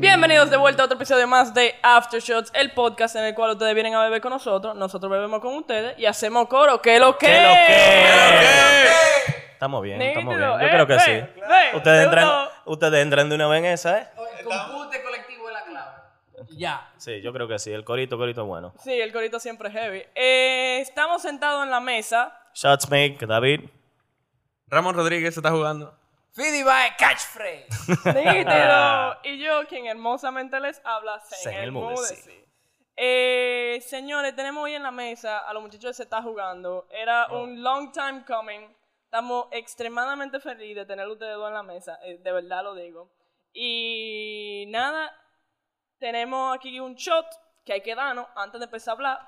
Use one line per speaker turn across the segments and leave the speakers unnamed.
Bienvenidos de vuelta a otro episodio más de Aftershots, el podcast en el cual ustedes vienen a beber con nosotros, nosotros bebemos con ustedes y hacemos coro. ¿Qué lo que?
¿Qué lo que? Estamos bien, estamos bien. Yo
Nítido,
creo que
eh,
sí.
ve, ve,
ustedes,
me
entran,
gustó.
ustedes entran de una vez en esa, ¿eh?
Compute colectivo es la clave. Ya.
Sí, yo creo que sí. El corito, corito es bueno.
Sí, el corito siempre es heavy. Eh, estamos sentados en la mesa.
Shots make, David.
Ramón Rodríguez se está jugando.
Feed by catch phrase.
nítido, y yo, quien hermosamente les habla,
Sen
Sen el
el Mudesi.
Mudesi. Eh, señores, tenemos hoy en la mesa a los muchachos que se está jugando. Era
Oh.
un long time coming. Estamos extremadamente felices de tener ustedes dos en la mesa. eh, de verdad lo digo. Y nada, tenemos aquí un shot que hay que darnos antes de empezar a hablar.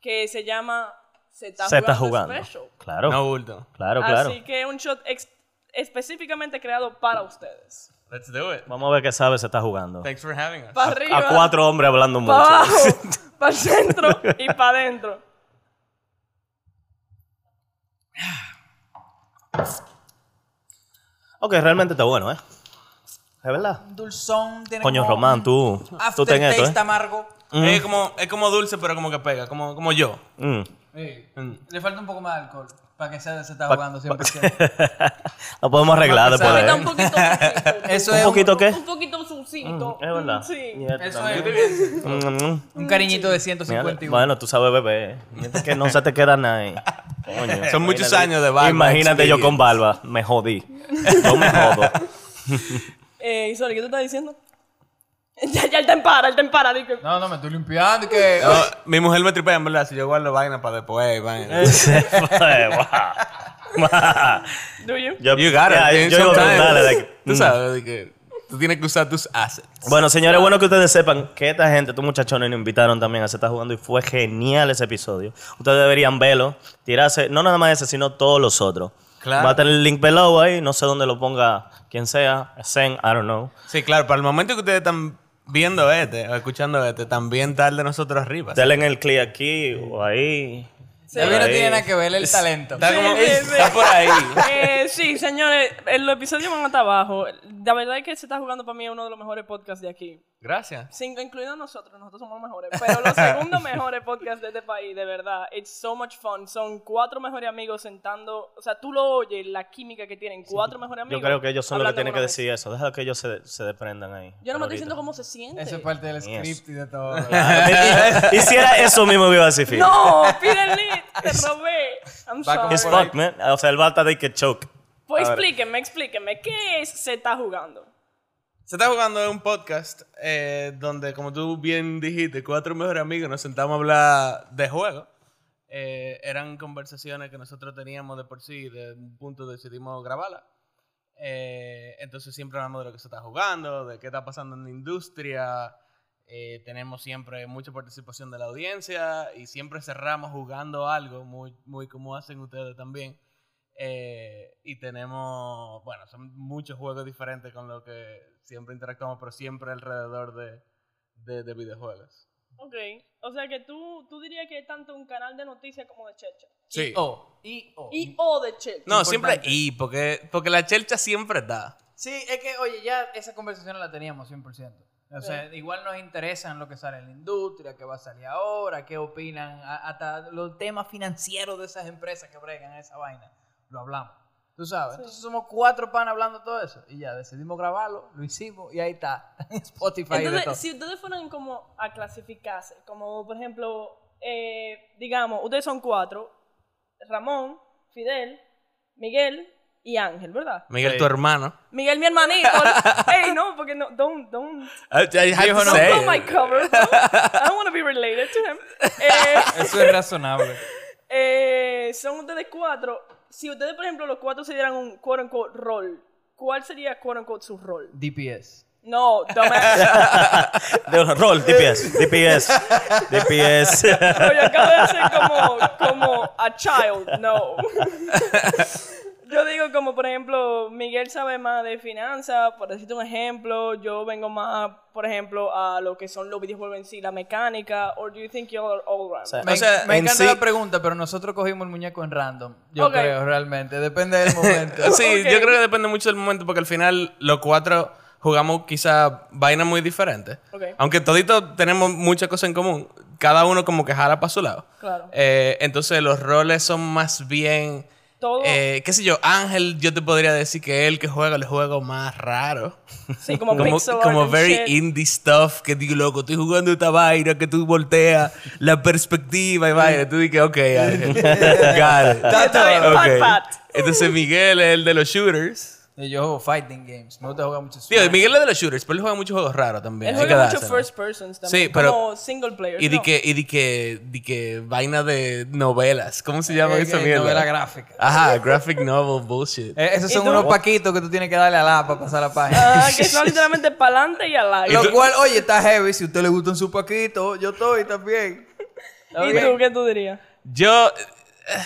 Que se llama Se está
Se está
jugando.
jugando.
Special.
Claro,
No bulto.
claro, claro.
Así que un shot ex- específicamente creado para ustedes.
Let's do it.
Vamos a ver qué sabe se está jugando.
Thanks for having us.
Para arriba.
A cuatro hombres hablando mucho.
para abajo, para el centro y para adentro.
Ok, realmente está bueno, ¿eh? Es verdad.
Dulzón. Tiene
Coño,
como
Román,
un
tú, tú ten
Aftertaste
esto, ¿eh?
amargo.
Es, como, es como dulce, pero como que pega, como, como yo.
Mm.
Le falta un poco más de alcool para que se, se está
Pa-
jugando
pa-
100%.
Lo podemos arreglar
Vamos a
después de
Está un
¿eh?
poquito sucito. Mm,
Eso
¿Un
es
poquito qué?
Un poquito sucito.
Es verdad.
Sí.
Y esto
Eso
también.
es
Mm, mm.
un cariñito de
Mira,
151.
Bueno, tú sabes, bebé. Mientras que no se te queda nada. ahí. Coño,
Son muchos
imagínate-
años de barba
Imagínate yo
experience.
con barba. Me jodí. Yo me jodo.
Eh, sorry, ¿qué tú estás diciendo? ya, ya él te empara, él te empara. di que-
No, no, me estoy limpiando. Que...
No, mi mujer me tripea, en verdad, si yo guardo vaina para después, eh, vaina.
Se fue, guau.
Do you?
yo,
You got it.
ya,
man,
yo iba a
sometimes.
preguntarle, like,
tú
mm.
sabes, de que tú tienes que usar tus assets.
Bueno, señores, bueno que ustedes sepan que esta gente, estos muchachones nos invitaron también a Se Está Jugando y fue genial ese episodio. Ustedes deberían verlo, tirarse, no nada más ese, sino todos los otros.
Claro.
Va a tener el link below ahí, no sé dónde lo ponga quien sea, Zen, I don't know.
Sí, claro, para el momento que ustedes están viendo este o escuchando este, también tal de nosotros arriba.
Denle en el clic aquí o ahí.
David no
Ahí.
tiene nada que ver el talento.
Está, como-
Sí, sí, sí.
está por ahí.
Eh, sí, señores, en los episodios van hasta abajo. La verdad es que se está jugando para mí uno de los mejores podcasts de aquí.
Gracias.
Cinco, incluidos nosotros, nosotros somos los mejores. Pero los segundos mejores podcasts de este país, de verdad. It's so much fun. Son cuatro mejores amigos sentando. O sea, tú lo oyes, la química que tienen. Cuatro mejores amigos.
Yo creo que ellos son los que
hablando
tienen
una
que
vez.
decir eso. Deja que ellos se, se desprendan ahí.
Yo no me estoy
ahorita.
diciendo cómo se siente.
Eso es parte del
Yes.
script y de todo.
Hiciera eso mismo que iba a decir. Phil.
No, pídele, te robé. I'm
Va como
It's
sorry.
por ahí.
fucked, man. O sea, el bata de que choke.
Pues explíquenme, explíquenme, ¿qué es se está jugando?
Se está jugando un podcast eh, donde, como tú bien dijiste, cuatro mejores amigos nos sentamos a hablar de juego. Eh, eran conversaciones que nosotros teníamos de por sí, de un punto decidimos grabarla. Eh, entonces siempre hablamos de lo que se está jugando, de qué está pasando en la industria. Eh, tenemos siempre mucha participación de la audiencia y siempre cerramos jugando algo, muy, muy como hacen ustedes también. Eh, y tenemos, bueno, son muchos juegos diferentes con los que siempre interactuamos, pero siempre alrededor de, de, de videojuegos.
Ok, o sea que tú, tú dirías que es tanto un canal de noticias como de Checha.
Sí.
I.O. I.O.
Y o de Checha.
No,
Importante.
siempre y, porque, porque la chelcha siempre da.
Sí, es que, oye, ya esa conversación la teníamos 100%. O sea, igual nos interesan lo que sale en la industria, qué va a salir ahora, qué opinan, a- hasta los temas financieros de esas empresas que bregan esa vaina. Lo hablamos. Tú sabes.
Sí.
Entonces somos cuatro pan hablando todo eso. Y ya decidimos grabarlo, lo hicimos y ahí está. En Spotify y de todo.
Entonces, si ustedes fueran como a clasificarse, como por ejemplo, eh, digamos, ustedes son cuatro, Ramón, Fidel, Miguel y Ángel, ¿verdad?
Miguel,
Sí.
tu hermano.
Miguel, mi hermanito. Ey, no, porque no, don't, don't,
I, I had to
don't
oh
say
blow
it.
my cover. No, I don't want to be related to him. Eh,
Eso es razonable.
Eh, son ustedes cuatro. Si ustedes, por ejemplo, los cuatro se dieran un quote unquote rol, ¿cuál sería quote unquote su rol?
DPS.
No, dumbass.
De rol, DPS, DPS, DPS.
No, yo acabo de hacer como, como a child. No. Yo digo como, por ejemplo, Miguel sabe más de finanzas, por decirte un ejemplo. Yo vengo más, por ejemplo, a lo que son los videojuegos en sí, la mecánica. Or do you think you're all around?
sea,
Me,
O sea,
me
en
encanta
sí-
la pregunta, pero nosotros cogimos el muñeco en random. Yo
Ok.
creo, realmente. Depende del momento.
Sí,
Ok.
yo creo que depende mucho del momento, porque al final los cuatro jugamos quizá vainas muy diferentes.
Ok.
Aunque toditos tenemos muchas cosas en común, cada uno como que jala para su lado.
Claro.
Eh, entonces los roles son más bien...
Todo.
eh, qué sé yo, Ángel, yo te podría decir que él que juega el juego más raro.
sí, como,
Como,
pixel art
como
and
very
shit.
indie stuff, que digo, loco, estoy jugando esta vaina, que tú volteas la perspectiva y vaina. Tú dices, ok, Ángel. Got it.
Está bien,
Ok.
pat, pat.
Entonces Miguel es el de los shooters.
Y Yo juego fighting games. Me gusta jugar mucho
Tío,
Smash.
Miguel es de los shooters, pero él juega muchos juegos raros también.
Él
hay que
juega mucho
dárselo.
first persons también.
Sí, pero-
Como single player.
Y di que, y di que, di que vaina de novelas. ¿Cómo se llama
Eh,
esa
eh,
mierda?
novela gráfica.
Ajá, graphic novel bullshit.
Eh, esos
¿Y
son
tú?
unos paquitos que tú tienes que darle a la para pasar la página.
Ah, que son literalmente pa'lante y al lado.
Lo cual, oye, está heavy. Si a usted le gustan sus paquitos, yo estoy también. Está
¿Y
bien.
tú qué tú dirías?
Yo. eh,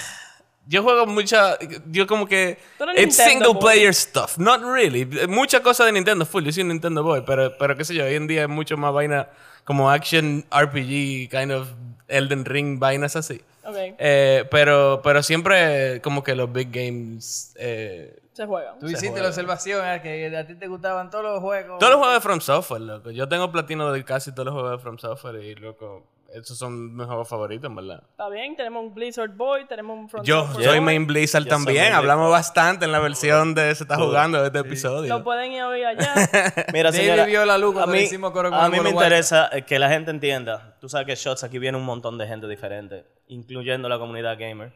Yo juego mucha. Yo como que.
Tú eres
It's
Nintendo
single
boy.
player stuff. Not really. Mucha cosa de Nintendo. Full. Yo soy un Nintendo boy. Pero, pero qué sé yo. Hoy en día es mucho más vaina. Como action RPG. Kind of Elden Ring. Vainas así.
Ok,
Eh, pero, pero siempre como que los big games. eh,
se juega.
Tú hiciste la observación eh, que a ti te gustaban todos los juegos.
todos los juegos de From Software, loco. Yo tengo platino de casi todos los juegos de From Software. Y loco. Esos son mis juegos favoritos, en verdad.
Está bien, tenemos un Blizzard Boy, tenemos un Front
Yo
Software
soy
Boy.
Main Blizzard
Yo soy
también.
main
Hablamos bastante en la versión de Se está jugando de este
Lo
episodio.
pueden ir a ver allá.
Mira,
David
señora,
vio la
a
luz cuando
mí,
le hicimos coro con
a
el
mí me
World Wide.
interesa eh, que la gente entienda. Tú sabes que Shots aquí viene un montón de gente diferente, incluyendo la comunidad gamer.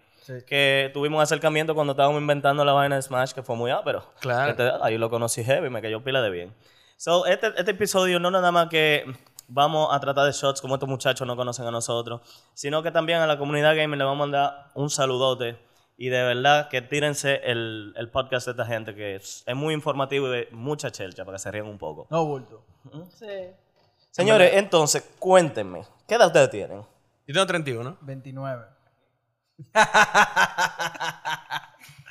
Que tuvimos un acercamiento cuando estábamos inventando la vaina de Smash, que fue muy ápero.
Claro.
Que te- ahí lo conocí heavy, me cayó pila de bien. So, este, este episodio no nada más que vamos a tratar de shots como estos muchachos no conocen a nosotros, sino que también a la comunidad gamer le vamos a mandar un saludote y de verdad que tírense el, el podcast de esta gente que es, es muy informativo y de mucha chelcha para que se rían un poco.
No, bulto.
Sí.
Señores, entonces, cuéntenme, ¿qué edad ustedes tienen?
Yo tengo 31.
29.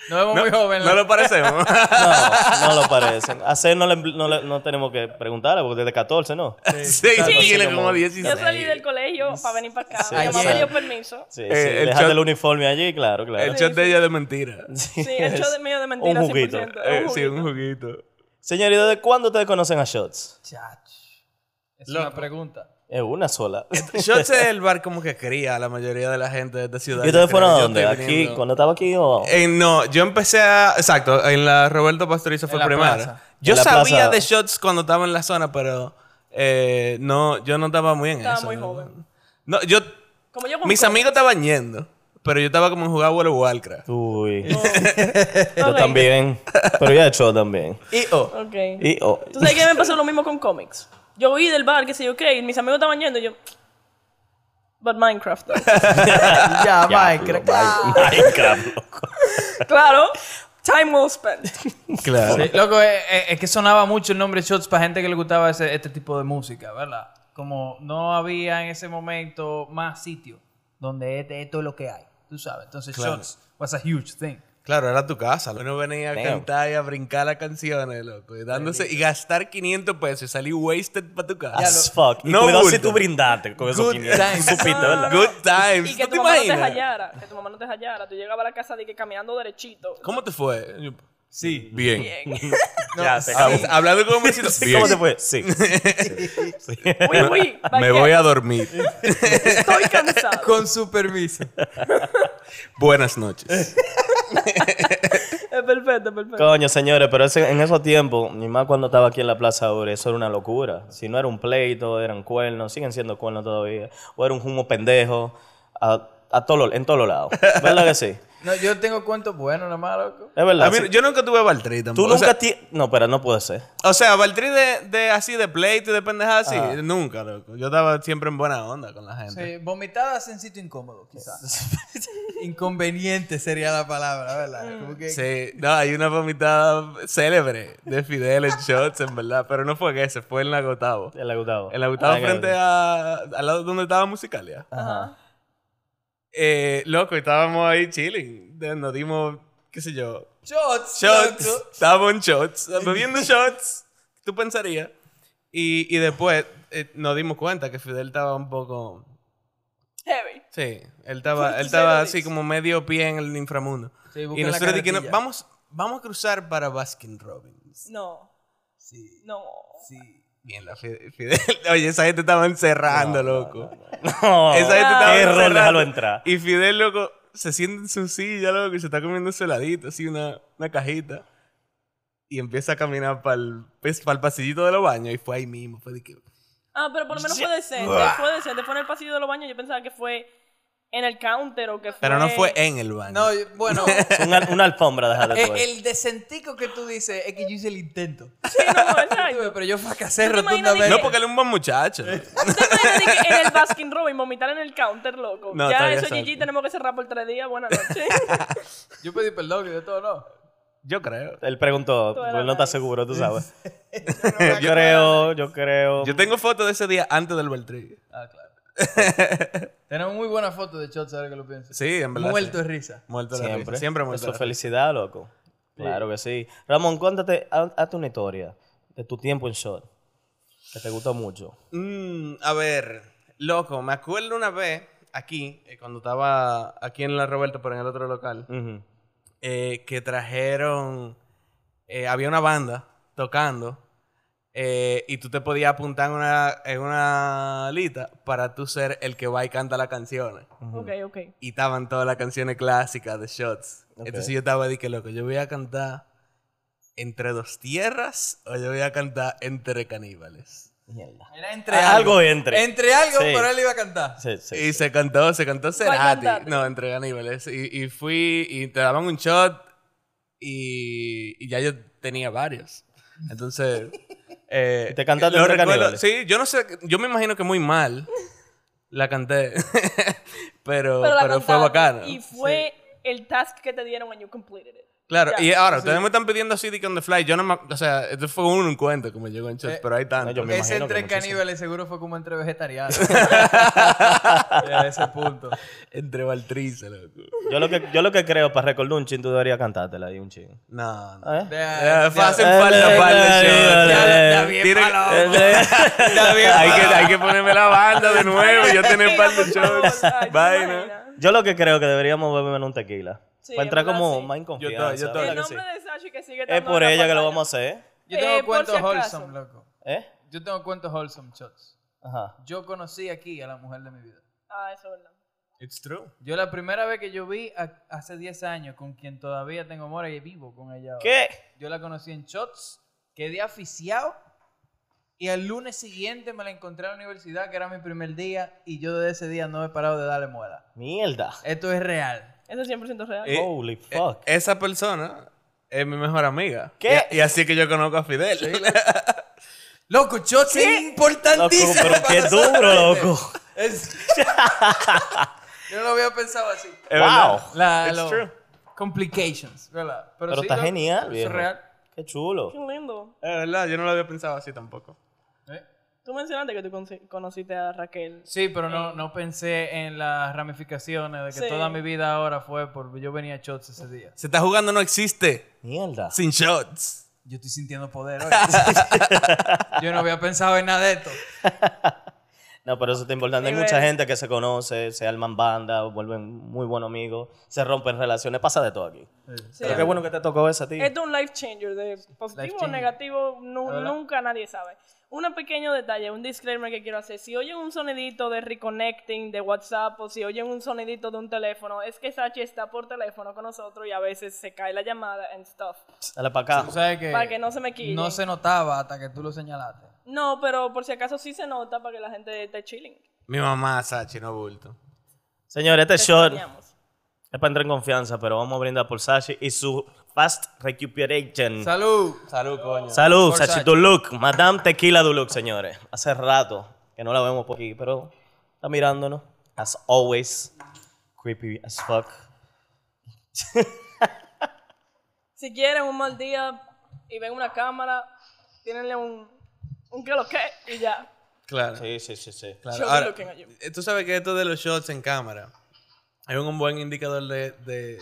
Nos vemos muy jóvenes.
No lo parecemos.
No, no lo parecen. A Cel no, le- no le- no tenemos que preguntarle porque desde 14, ¿no?
sí, tiene
Sí.
como
Yo
16.
salí del colegio para venir para acá.
Sí,
Mi mamá me
sí.
dio permiso.
Sí, sí.
Eh, el
Dejaste
shot-
el uniforme allí, claro, claro.
El shot de ella es de mentira.
Sí, el show de medio de mentira,
Un juguito.
100%.
Eh,
Un
sí,
juguito.
un juguito.
Señores, ¿desde cuándo ustedes conocen a Shots?
Chach. Es
Loco.
una pregunta.
Es una sola.
Shots es el bar como que cría a la mayoría de la gente de esta ciudad.
¿Y ustedes
Yo creo.
fueron a
Yo
dónde?
estoy
¿Aquí?
viniendo-
¿Cuando estaba aquí o...?
Eh, no, yo empecé a. Exacto, en la Roberto Pastoriza fue
la
primera.
plaza.
Yo
En la
sabía
plaza.
de shots cuando estaba en la zona, pero eh, no, yo no estaba muy en
Estaba
eso.
muy joven.
No, yo.
Como yo con
Mis
Coco.
amigos estaban yendo, pero yo estaba como en jugar World of Warcraft.
Uy,
Ok,
yo también. Pero ya yo también.
Y oh,
Ok.
Y, oh,
¿Tú sabes que me pasó lo mismo con cómics? Yo oí del bar, qué sé yo, qué, y mis amigos estaban yendo y yo... But Minecraft. though".
ya,
ya, Minecraft.
lo-
Ah.
Minecraft, loco.
claro, time well spent.
claro.
Sí, loco, eh, eh, es, que sonaba mucho el nombre Shots para gente que le gustaba ese- este tipo de música, ¿verdad? Como no había en ese momento más sitio donde este- esto es lo que hay, tú sabes. Entonces
Claro.
Shots was a huge thing.
Claro, era tu casa. Uno venía a
Damn.
cantar y a brincar las canciones, loco. Y, dándose, y gastar 500 pesos y salir wasted para tu casa.
As fuck. Y
No
cuidado si
bulto.
tú brindaste con esos
Good
500.
times.
Supiste, ¿verdad?
Good times.
Y que
¿Tú
tu
te
mamá no te
imaginas?
hallara, que tu mamá no te hallara. Tú llegabas a la casa de que caminando derechito.
¿Cómo te fue? Yo,
Sí.
Bien.
Bien.
ya, se acabó.
Hab- Hablando con Messi,
Sí,
bien.
¿Cómo te fue? Sí.
Uy, uy,
Me voy a dormir.
Estoy cansado.
Con su permiso.
Buenas noches.
Es perfecto, es perfecto.
Coño, señores, pero ese- en esos tiempos, ni más cuando estaba aquí en la plaza ahora, eso era una locura. Si no era un pleito, eran cuernos, siguen siendo cuernos todavía. O era un humo pendejo, a, a todo, en todos los lados. ¿Verdad que sí?
No, yo tengo cuentos buenos nada más, loco.
Es verdad.
A mí-
sí.
yo nunca tuve Valtteri
Tú
tampoco.
nunca...
O sea,
ti- No, pero no puede ser.
o sea, Valtteri de, de así, de pleito y de pendejadas
Ah.
así, nunca, loco. Yo estaba siempre en buena onda con la gente.
Sí, vomitadas en sitio incómodo, quizás. Inconveniente sería la palabra, ¿verdad? Como que-
Sí. No, hay una vomitada célebre de Fidel en Shots, en verdad. Pero no fue en ese, fue en la Gotavo.
El agotado.
En la Gotavo frente a, al lado donde estaba Musicalia.
Ah, Ajá.
Eh, loco, estábamos ahí chilling. De- Nos dimos, qué sé yo,
Shots,
shots.
loco.
Estábamos en shots, bebiendo shots. Tú pensarías. Y, y después eh, nos dimos cuenta que Fidel estaba un poco.
Heavy.
Sí, él estaba, él
Cero
estaba
dicks.
así como medio pie en el inframundo.
Sí,
y
busca la
nosotros dijimos,
carretilla.
vamos, vamos a cruzar para Baskin Robbins.
No.
Sí,
No.
sí. Bien, la Fide- Fidel. Oye, esa gente estaba encerrando, loco.
No,
Esa gente
Ah.
estaba
qué error,
encerrando.
déjalo entrar.
Y Fidel, loco, se sienta en su silla, loco, y se está comiendo su heladito, así, una, una cajita. Y empieza a caminar para el, pasillito de los baños. Y fue ahí mismo. Fue de que...
Ah, pero por lo menos fue decente. Fue decente. Fue en el pasillo de los baños. Yo pensaba que fue en el counter o que fue.
Pero no fue en el baño.
No, yo- bueno,
Una, una alfombra, déjalo
eh,
tú. ahí.
el decentico que tú dices es que yo hice el intento.
Sí, no, no, exacto.
Pero yo fracasé
¿Tú te imaginas
rotundamente.
No, porque él es un buen muchacho.
Ustedes pueden decir que en el Baskin Robin vomitar en el counter, loco.
No,
ya
está bien,
eso,
está
GG,
bien.
tenemos que cerrar por tres días. Buenas noches.
Yo pedí perdón y de todo no.
Yo creo.
Él preguntó,
Todo era
pues no está
nice.
seguro, tú sabes. yo creo, yo creo.
Yo tengo fotos de ese día antes del Beltrí.
Ah, claro. Tenemos muy buena foto de Shots, ahora que lo pienso.
Sí, en verdad.
Muerto
sí.
de risa.
Muerto de la
Siempre.
risa. Siempre muerto.
Eso
de
es
la risa.
felicidad, loco. Claro que sí. Ramón, cuéntate, haz- hazte una historia de tu tiempo en short. Que te gustó mucho.
Mm, a ver, loco, me acuerdo una vez aquí, eh, cuando estaba aquí en la Roberto, pero en el otro local.
Ujú.
eh, que trajeron. eh, había una banda tocando eh, y tú te podías apuntar en una, en una lista para tú ser el que va y canta las canciones.
ok, ok.
Y estaban todas las canciones clásicas de Shots.
Ok.
Entonces yo estaba de que loco, yo voy a cantar entre dos tierras o yo voy a cantar entre caníbales.
Mierda.
Era entre
Ah,
algo.
algo entre.
Entre algo,
Sí.
pero él iba a cantar.
Sí, sí,
y
sí.
se cantó, se cantó Cerati.
cantaste?
No, entre caníbales. Y, y fui y te daban un shot y, y ya yo tenía varios. Entonces... eh,
¿Y te cantaste
lo
Entre
recuerdo-
Caníbales?
Sí, yo no sé, yo me imagino que muy mal la canté,
Pero,
pero,
la
pero fue
cantaste
bacano.
Y fue el task que te dieron when you completed it.
Claro,
Ya,
y ahora, ustedes me están pidiendo así de que on the fly. Yo no me. O sea, esto fue un encuentro como llegó en chat,
Eh,
pero hay tanto.
no, yo me
Ese
imagino que
entre
muchísimo.
caníbales seguro fue como entre vegetarianos. a ese punto.
Entre Valtrice, loco.
Yo lo que, yo lo que creo, para recordar un chin, tú deberías cantártela ahí un chin.
No, no.
¿Eh?
De-
Eh,
de-
hacen
ya,
falta
ya,
par de
ya,
shots.
ya,
Ya,
ya,
bien
Tiene-
palo.
Está bien,
hay, que, hay que ponerme la banda de nuevo. Yo tenía un par de
Por favor,
shots.
ay, ¿te
Vaina.
imaginas?
Yo lo que creo que deberíamos beberme en un tequila.
Sí,
para entrar
en verdad,
como
sí.
más en
estoy- yo
confianza.
estoy-
¿verdad
El
que
nombre
sí?
de Sashi que sigue
Es por ella que lo vamos a hacer.
Yo tengo
Eh, por
cuentos
si acaso.
wholesome, loco.
¿Eh?
Yo tengo cuentos wholesome, Shots.
Ajá.
Yo conocí aquí a la mujer de mi vida.
Ah, eso es verdad.
It's true.
Yo la primera vez que yo vi a- hace 10 años con quien todavía tengo amor y vivo con ella. ahora.
¿Qué?
Yo la conocí en Shots, quedé aficiado y al lunes siguiente me la encontré en la universidad, que era mi primer día, y yo desde ese día no he parado de darle muela.
Mierda.
Esto es real.
Eso es 100% real.
Eh,
Holy fuck.
Esa persona es mi mejor amiga.
¿Qué?
Y, y así es que yo conozco a Fidel.
Loco, Shots es
Loco,
importantísimo.
pero
para
qué
nosotros,
duro,
gente.
loco.
Es- yo no lo había pensado así.
Wow.
Es verdad.
La,
It's
lo-
true.
Complications, ¿verdad?
Pero
sí,
está
loco,
genial,
eso
viejo.
Es real.
Qué chulo.
Qué lindo.
Es verdad, yo no lo había pensado así tampoco.
¿Eh?
Tú mencionaste que tú conci- conociste a Raquel.
Sí, pero no, no pensé en las ramificaciones de que
Sí.
toda mi vida ahora fue por yo venía a shots ese día.
Se está jugando, no existe.
Mierda.
Sin shots.
Yo estoy sintiendo poder hoy. yo no había pensado en nada de esto.
No, pero eso está importante. Hay
Nivel.
mucha gente que se conoce, se arman bandas, vuelven muy buenos amigos, se rompen relaciones, pasa de todo aquí.
Sí. Eh,
Pero qué bueno que te tocó esa, tío.
Esto es un life changer, de positivo
Life
o
changer.
negativo, nu- nunca nadie sabe. Un pequeño detalle, un disclaimer que quiero hacer. Si oyen un sonidito de reconnecting de WhatsApp o si oyen un sonidito de un teléfono, es que Sachi está por teléfono con nosotros y a veces se cae la llamada and stuff.
Dale para
Tú
acá.
sabes que,
Para que no se me quille.
Eh, no se notaba hasta que tú lo señalaste.
No, pero por si acaso sí se nota para que la gente esté chilling.
Mi mamá, Sachi, no bulto.
Señores, este
Te
short
extrañamos.
es para entrar en confianza, pero vamos a brindar por Sashi y su Fast Recuperation.
Salud.
Mm. Salud, coño.
Salud,
Por
Sachi
Sachi.
Duluc, Madame Tequila Duluc, señores. Hace rato que no la vemos por aquí, pero está mirándonos. As always, creepy as fuck.
Si quieren un mal día y ven una cámara, tienenle un, un que lo que y ya.
Claro.
Sí, sí, sí, sí.
claro.
Show me
Ahora,
looking at you.
tú sabes que esto de los shots en cámara hay un, un buen indicador de, de-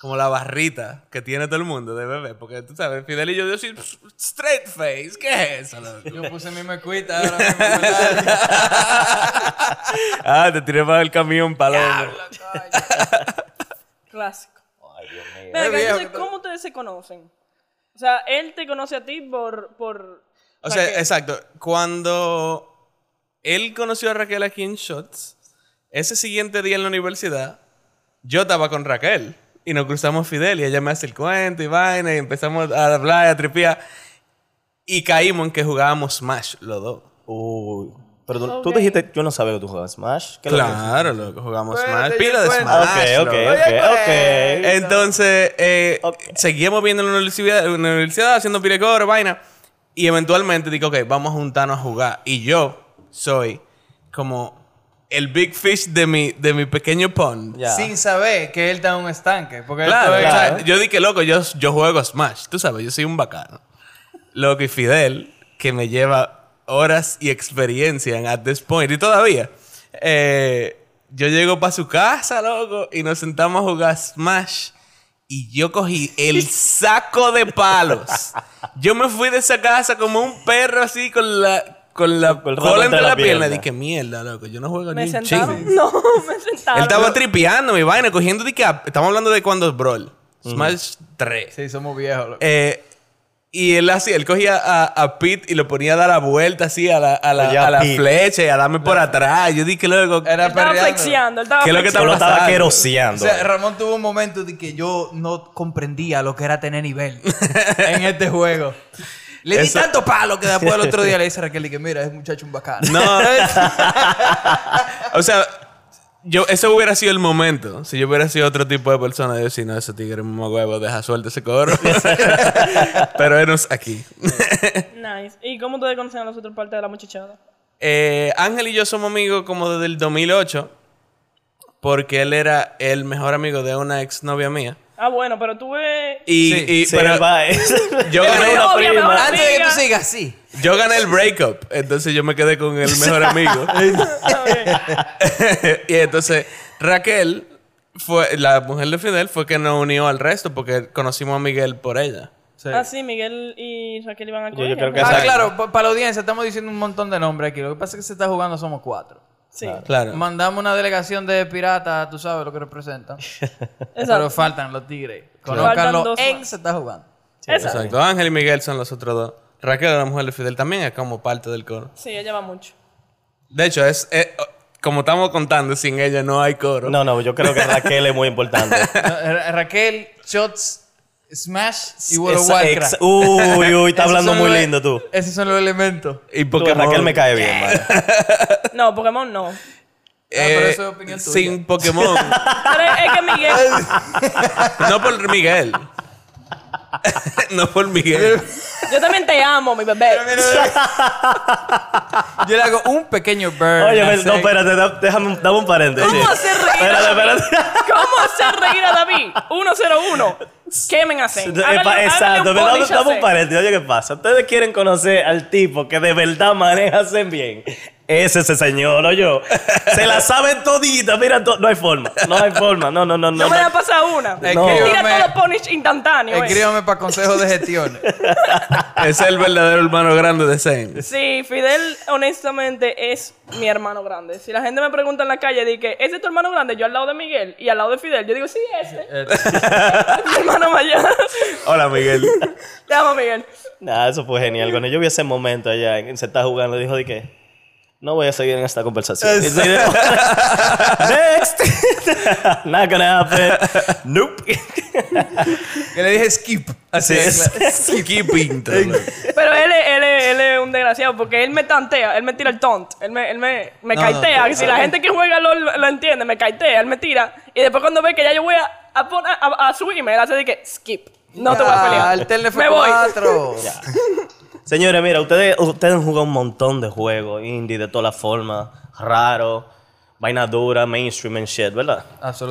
como la barrita que tiene todo el mundo de bebé. Porque tú sabes, Fidel y yo, yo soy straight face. ¿Qué es eso, loco?
Yo puse mi mecuita ahora mismo, ¿verdad?
ah, te tiré para el camión, palomo.
Clásico.
Ay, Dios mío.
Venga,
viejo,
entonces,
que-
¿cómo ustedes se conocen? O O sea, él te conoce a ti por... por
O sea,
Raquel.
exacto. Cuando él conoció a Raquel aquí en Shots, ese siguiente día en la universidad, yo estaba con Raquel y nos cruzamos Fidel y ella me hace el cuento y vaina y empezamos a hablar, a tripear y caímos en que jugábamos Smash los dos.
Uy. Pero tú, tú dijiste, yo no sabía que tú jugabas Smash. ¿Qué es lo que-
Claro, loco, jugamos
Cuéntate,
Smash. Pila de
cuéntate.
Smash.
Ah, ok, ok,
loco.
ok, ok.
Entonces, eh,
Ok.
seguíamos viendo en la universidad, en la universidad haciendo pirecoro, vaina. Y eventualmente digo, ok, vamos a juntarnos a jugar. Y yo soy como el big fish de mi, de mi pequeño pond.
Ya.
Sin saber que él está en un estanque. Porque él
Claro,
está-
claro.
o sea, yo dije, loco, yo, yo juego Smash. Tú sabes, yo soy un bacano. Loco, y Fidel, que me lleva horas y experiencia en At This Point. Y todavía, eh, yo llego para su casa, loco, y nos sentamos a jugar Smash. Y yo cogí el saco de palos. Yo me fui de esa casa como un perro así con la, con la
Con el
cola
rabo
entre la, pierna.
pierna.
Dije, mierda, loco, yo no juego
me
ni un
sentaron.
ching.
No, me sentaron.
Él estaba tripeando mi vaina, cogiendo de que. Estamos hablando de cuando es Brawl. Smash 3.
Sí, somos viejos. loco.
Eh, y él así, él cogía a, a Pete y lo ponía a dar la vuelta así a la, a la,
Oye, a
a la
Pete.
flecha y a darme por atrás. Yo dije, loco.
Él
Era
estaba
perreando.
flexiando, él estaba
¿Qué es lo que
Yo
flexiando.
lo estaba
O
pasando.
queroseando.
sea, Ramón tuvo un momento de que yo no comprendía lo que era tener nivel en este juego. Le di
Eso-
tanto palo que después el otro día le dice a Raquel y que mira, es muchacho un bacano.
No. o sea, yo, eso hubiera sido el momento. Si yo hubiera sido otro tipo de persona, yo decía, no, ese tigre es un huevo, deja suelto ese coro. Pero enos aquí.
Nice. ¿Y cómo te conocen a los otros parte de la muchachada?
Eh, Ángel y yo somos amigos como desde el 2008, porque él era el mejor amigo de una exnovia mía.
Ah, bueno, pero tú ves...
Y,
Sí,
y-
Sí,
pero
él va, eh.
yo, gané,
Pero- Obvio, me va a-
Antes de que tú
Amiga.
sigas así.
yo gané el breakup, entonces yo me quedé con el mejor amigo.
Ok.
y entonces Raquel, fue, la mujer de Fidel, fue que nos unió al resto, porque conocimos a Miguel por ella.
Ah, sí, Miguel y Raquel iban a
yo
colegio.
creo que
¿no?
esa-
Ah,
Exacto.
claro, pa- para la audiencia estamos diciendo un montón de nombres aquí. Lo que pasa es que se está jugando somos cuatro.
Sí.
Claro.
Mandamos una delegación de piratas, tú sabes lo que representan. Pero
Exacto.
faltan los tigres.
Faltan
Conócanlo
dos
en
más.
se está jugando.
Exacto.
Exacto. Ángel y Miguel son los otros dos. Raquel, la mujer de Fidel, también es como parte del coro.
Sí, ella va mucho.
De hecho, es, es- como estamos contando, sin ella no hay coro.
No, no, yo creo que Raquel es muy importante.
Ra- Ra- Raquel, Shots, Smash y World of
Esa-
Warcraft.
ex- Uy, uy, está
Esos
hablando
son
muy
los-
lindo tú.
Esos son los elementos.
Y
Tú,
Pokémon-
Raquel me cae bien, man.
No, Pokémon no.
pero
Eh,
eso es opinión tuya.
Sin Pokémon.
Pero es es que Miguel...
no por Miguel. no por Miguel.
Yo también te amo, mi bebé.
Yo le hago un pequeño burn.
Oye,
así.
ven, no, espérate, da- déjame, dame un paréntesis.
¿Cómo hacer reír?
Espérate, espérate.
¿Cómo hacer reír a David? 101. Quemen a Zen. Háganle- háganle un
Exacto, pero
polish
dame,
a
dame un
Zen.
paréntesis. Oye, ¿qué pasa? Ustedes quieren conocer al tipo que de verdad maneja Zen bien. Es ese señor, o yo. Se la sabe todita. Mira, to- no hay forma. No hay forma. No, no, no.
No
No,
me
no.
da pasar una. Me
No.
Tira
Escríbame,
todo el punish instantáneo. eh.
escríbame para consejos de gestiones.
Ese es el verdadero hermano grande de Zane.
Sí, Fidel, honestamente, es mi hermano grande. Si la gente me pregunta en la calle, di que, ¿ese es tu hermano grande? Yo al lado de Miguel y al lado de Fidel. Yo digo, sí, ese. Es mi hermano mayor.
Hola, Miguel.
Te amo, Miguel.
Nah, eso fue genial. Cuando yo vi ese momento allá, en- se está jugando, dijo de que no voy a seguir en esta conversación. Y se- Next. Not gonna happen. Nope.
Que le dije skip.
Así es. Qué pinta, loco.
Pero él, es- él, es- él es un desgraciado porque él me tantea, él me tira el taunt, él me, él me, me
No,
caitea.
no, no.
si la gente que juega LOL lo, entiende, me caitea, él me tira. Y después cuando ve que ya yo voy a, a, pon- a- a subirme, él hace de que skip. No te voy a pelear.
Ah, Al teléfono
me voy.
4.
Señores, mira, ustedes, ustedes han jugado un montón de juegos indie de todas las formas, raro, vaina dura, mainstream and shit, ¿verdad?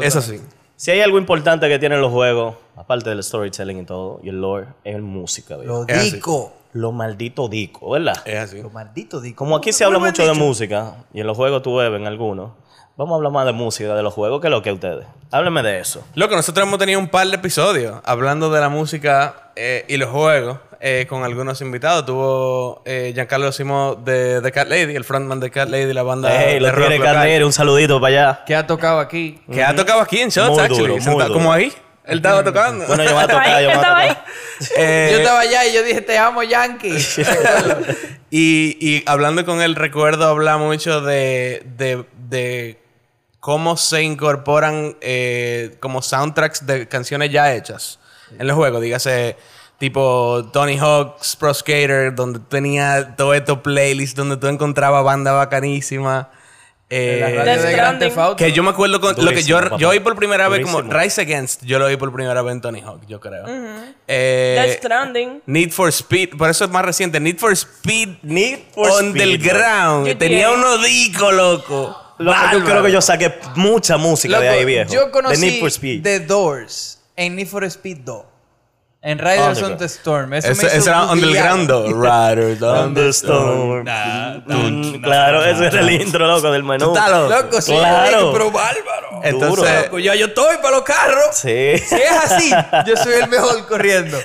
Eso sí.
Si hay algo importante que tienen los juegos, aparte del storytelling y todo, y el lore, es el música, ¿verdad?
Lo
Es así.
dico.
Lo maldito dico, ¿verdad?
Es así.
Lo maldito dico.
Como aquí se habla mucho de música, y en los juegos tú beben algunos, vamos a hablar más de música, de los juegos, que lo que ustedes. Háblenme de eso.
Loco, nosotros hemos tenido un par de episodios hablando de la música eh, y los juegos eh, con algunos invitados. Tuvo eh, Giancarlo Simo de The Cat Lady, el frontman de Cat Lady, la banda
Hey,
de
los
rock
Tigres
local,
Carneros, un saludito para allá.
Que ha tocado aquí.
que ha tocado aquí en Shots,
Muy
actually.
duro, muy
Sentado-
duro.
como ahí, Él estaba tocando.
Bueno, yo me voy a
Estaba
tocar,
ahí,
yo me voy
estaba
a
ahí.
tocar.
Eh,
Yo estaba allá y yo dije, te amo, Yankee.
Y, y hablando con él, recuerdo hablar mucho de, de, de cómo se incorporan eh, como soundtracks de canciones ya hechas en el juego. Dígase, tipo Tony Hawk's Pro Skater, donde tenía todo esto playlist, donde tú encontrabas banda bacanísima. Eh,
La radio
Death
de Grand Theft
Stranding.
Auto.
que yo me acuerdo con lo que
Durísimo,
yo,
papá.
yo oí por primera vez como
Durísimo.
Rise Against, yo lo oí por primera vez en Tony Hawk, yo creo. Eh,
Death Stranding.
Need for Speed, por eso es más reciente. Need for Speed, Need for Underground.
Yo
Tenía
llegué.
unos discos, loco.
Lo que yo
Bárbaro.
creo que yo saqué mucha música de
Loco,
ahí, viejo.
Yo conocí
De Need for Speed.
The Doors en Need for Speed 2. En Riders on
Underground.
the Storm. Eso me
Ese,
hizo
ese era
googlear.
Underground, though. Riders on the
Thunderstorm.
Nah,
Mm, Claro, ese era el intro, loco, del menú.
Tú estás loco.
Loco, sí,
Claro.
loco, pero bárbaro.
Entonces-
Loco, ya yo estoy para los carros.
Sí.
Si es así, yo soy el mejor corriendo.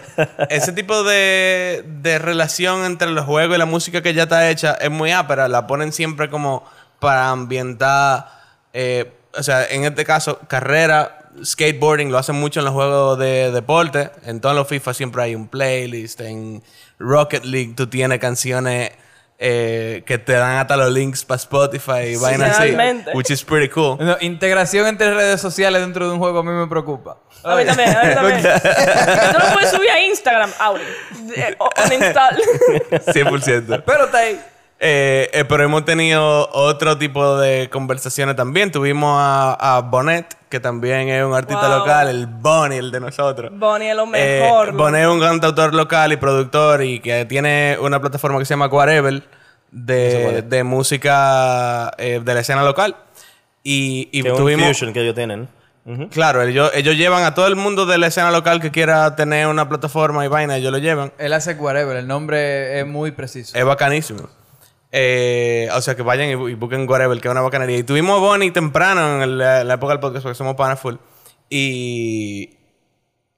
Ese tipo de, de relación entre los juegos y la música que ya está hecha es muy ápera. La ponen siempre como para ambientar, eh, o sea, en este caso, carrera, skateboarding, lo hacen mucho en los juegos de deporte. En todos los FIFA siempre hay un playlist. En Rocket League tú tienes canciones eh, que te dan hasta los links para Spotify y vainas así.
realmente.
Which is pretty cool.
No, integración entre redes sociales dentro de un juego a mí me preocupa.
A mí también, a mí también. Tú lo puedes subir a Instagram, Auri. Eh, o- Uninstall.
100%.
Pero está ahí.
Eh, eh, pero hemos tenido otro tipo de conversaciones también. Tuvimos a, a Bonet, que también es un artista
Wow.
local, el Bonnie, el de nosotros.
Bonnie es lo
Eh,
mejor. loco.
Bonet es un cantautor local y productor y que tiene una plataforma que se llama Quarevel de, de música eh, de la escena local. Y, y
Que es un
tuvimos...
fusion que ellos tienen. Ujú.
Claro, ellos, ellos llevan a todo el mundo de la escena local que quiera tener una plataforma y vaina, ellos lo llevan.
Él hace whatever, el nombre es muy preciso.
Es bacanísimo. Eh, o sea, que vayan y, bu- y busquen Whatever, que es una bacanería. Y tuvimos a Bonnie temprano en el- la, la época del podcast, porque somos pana full. Y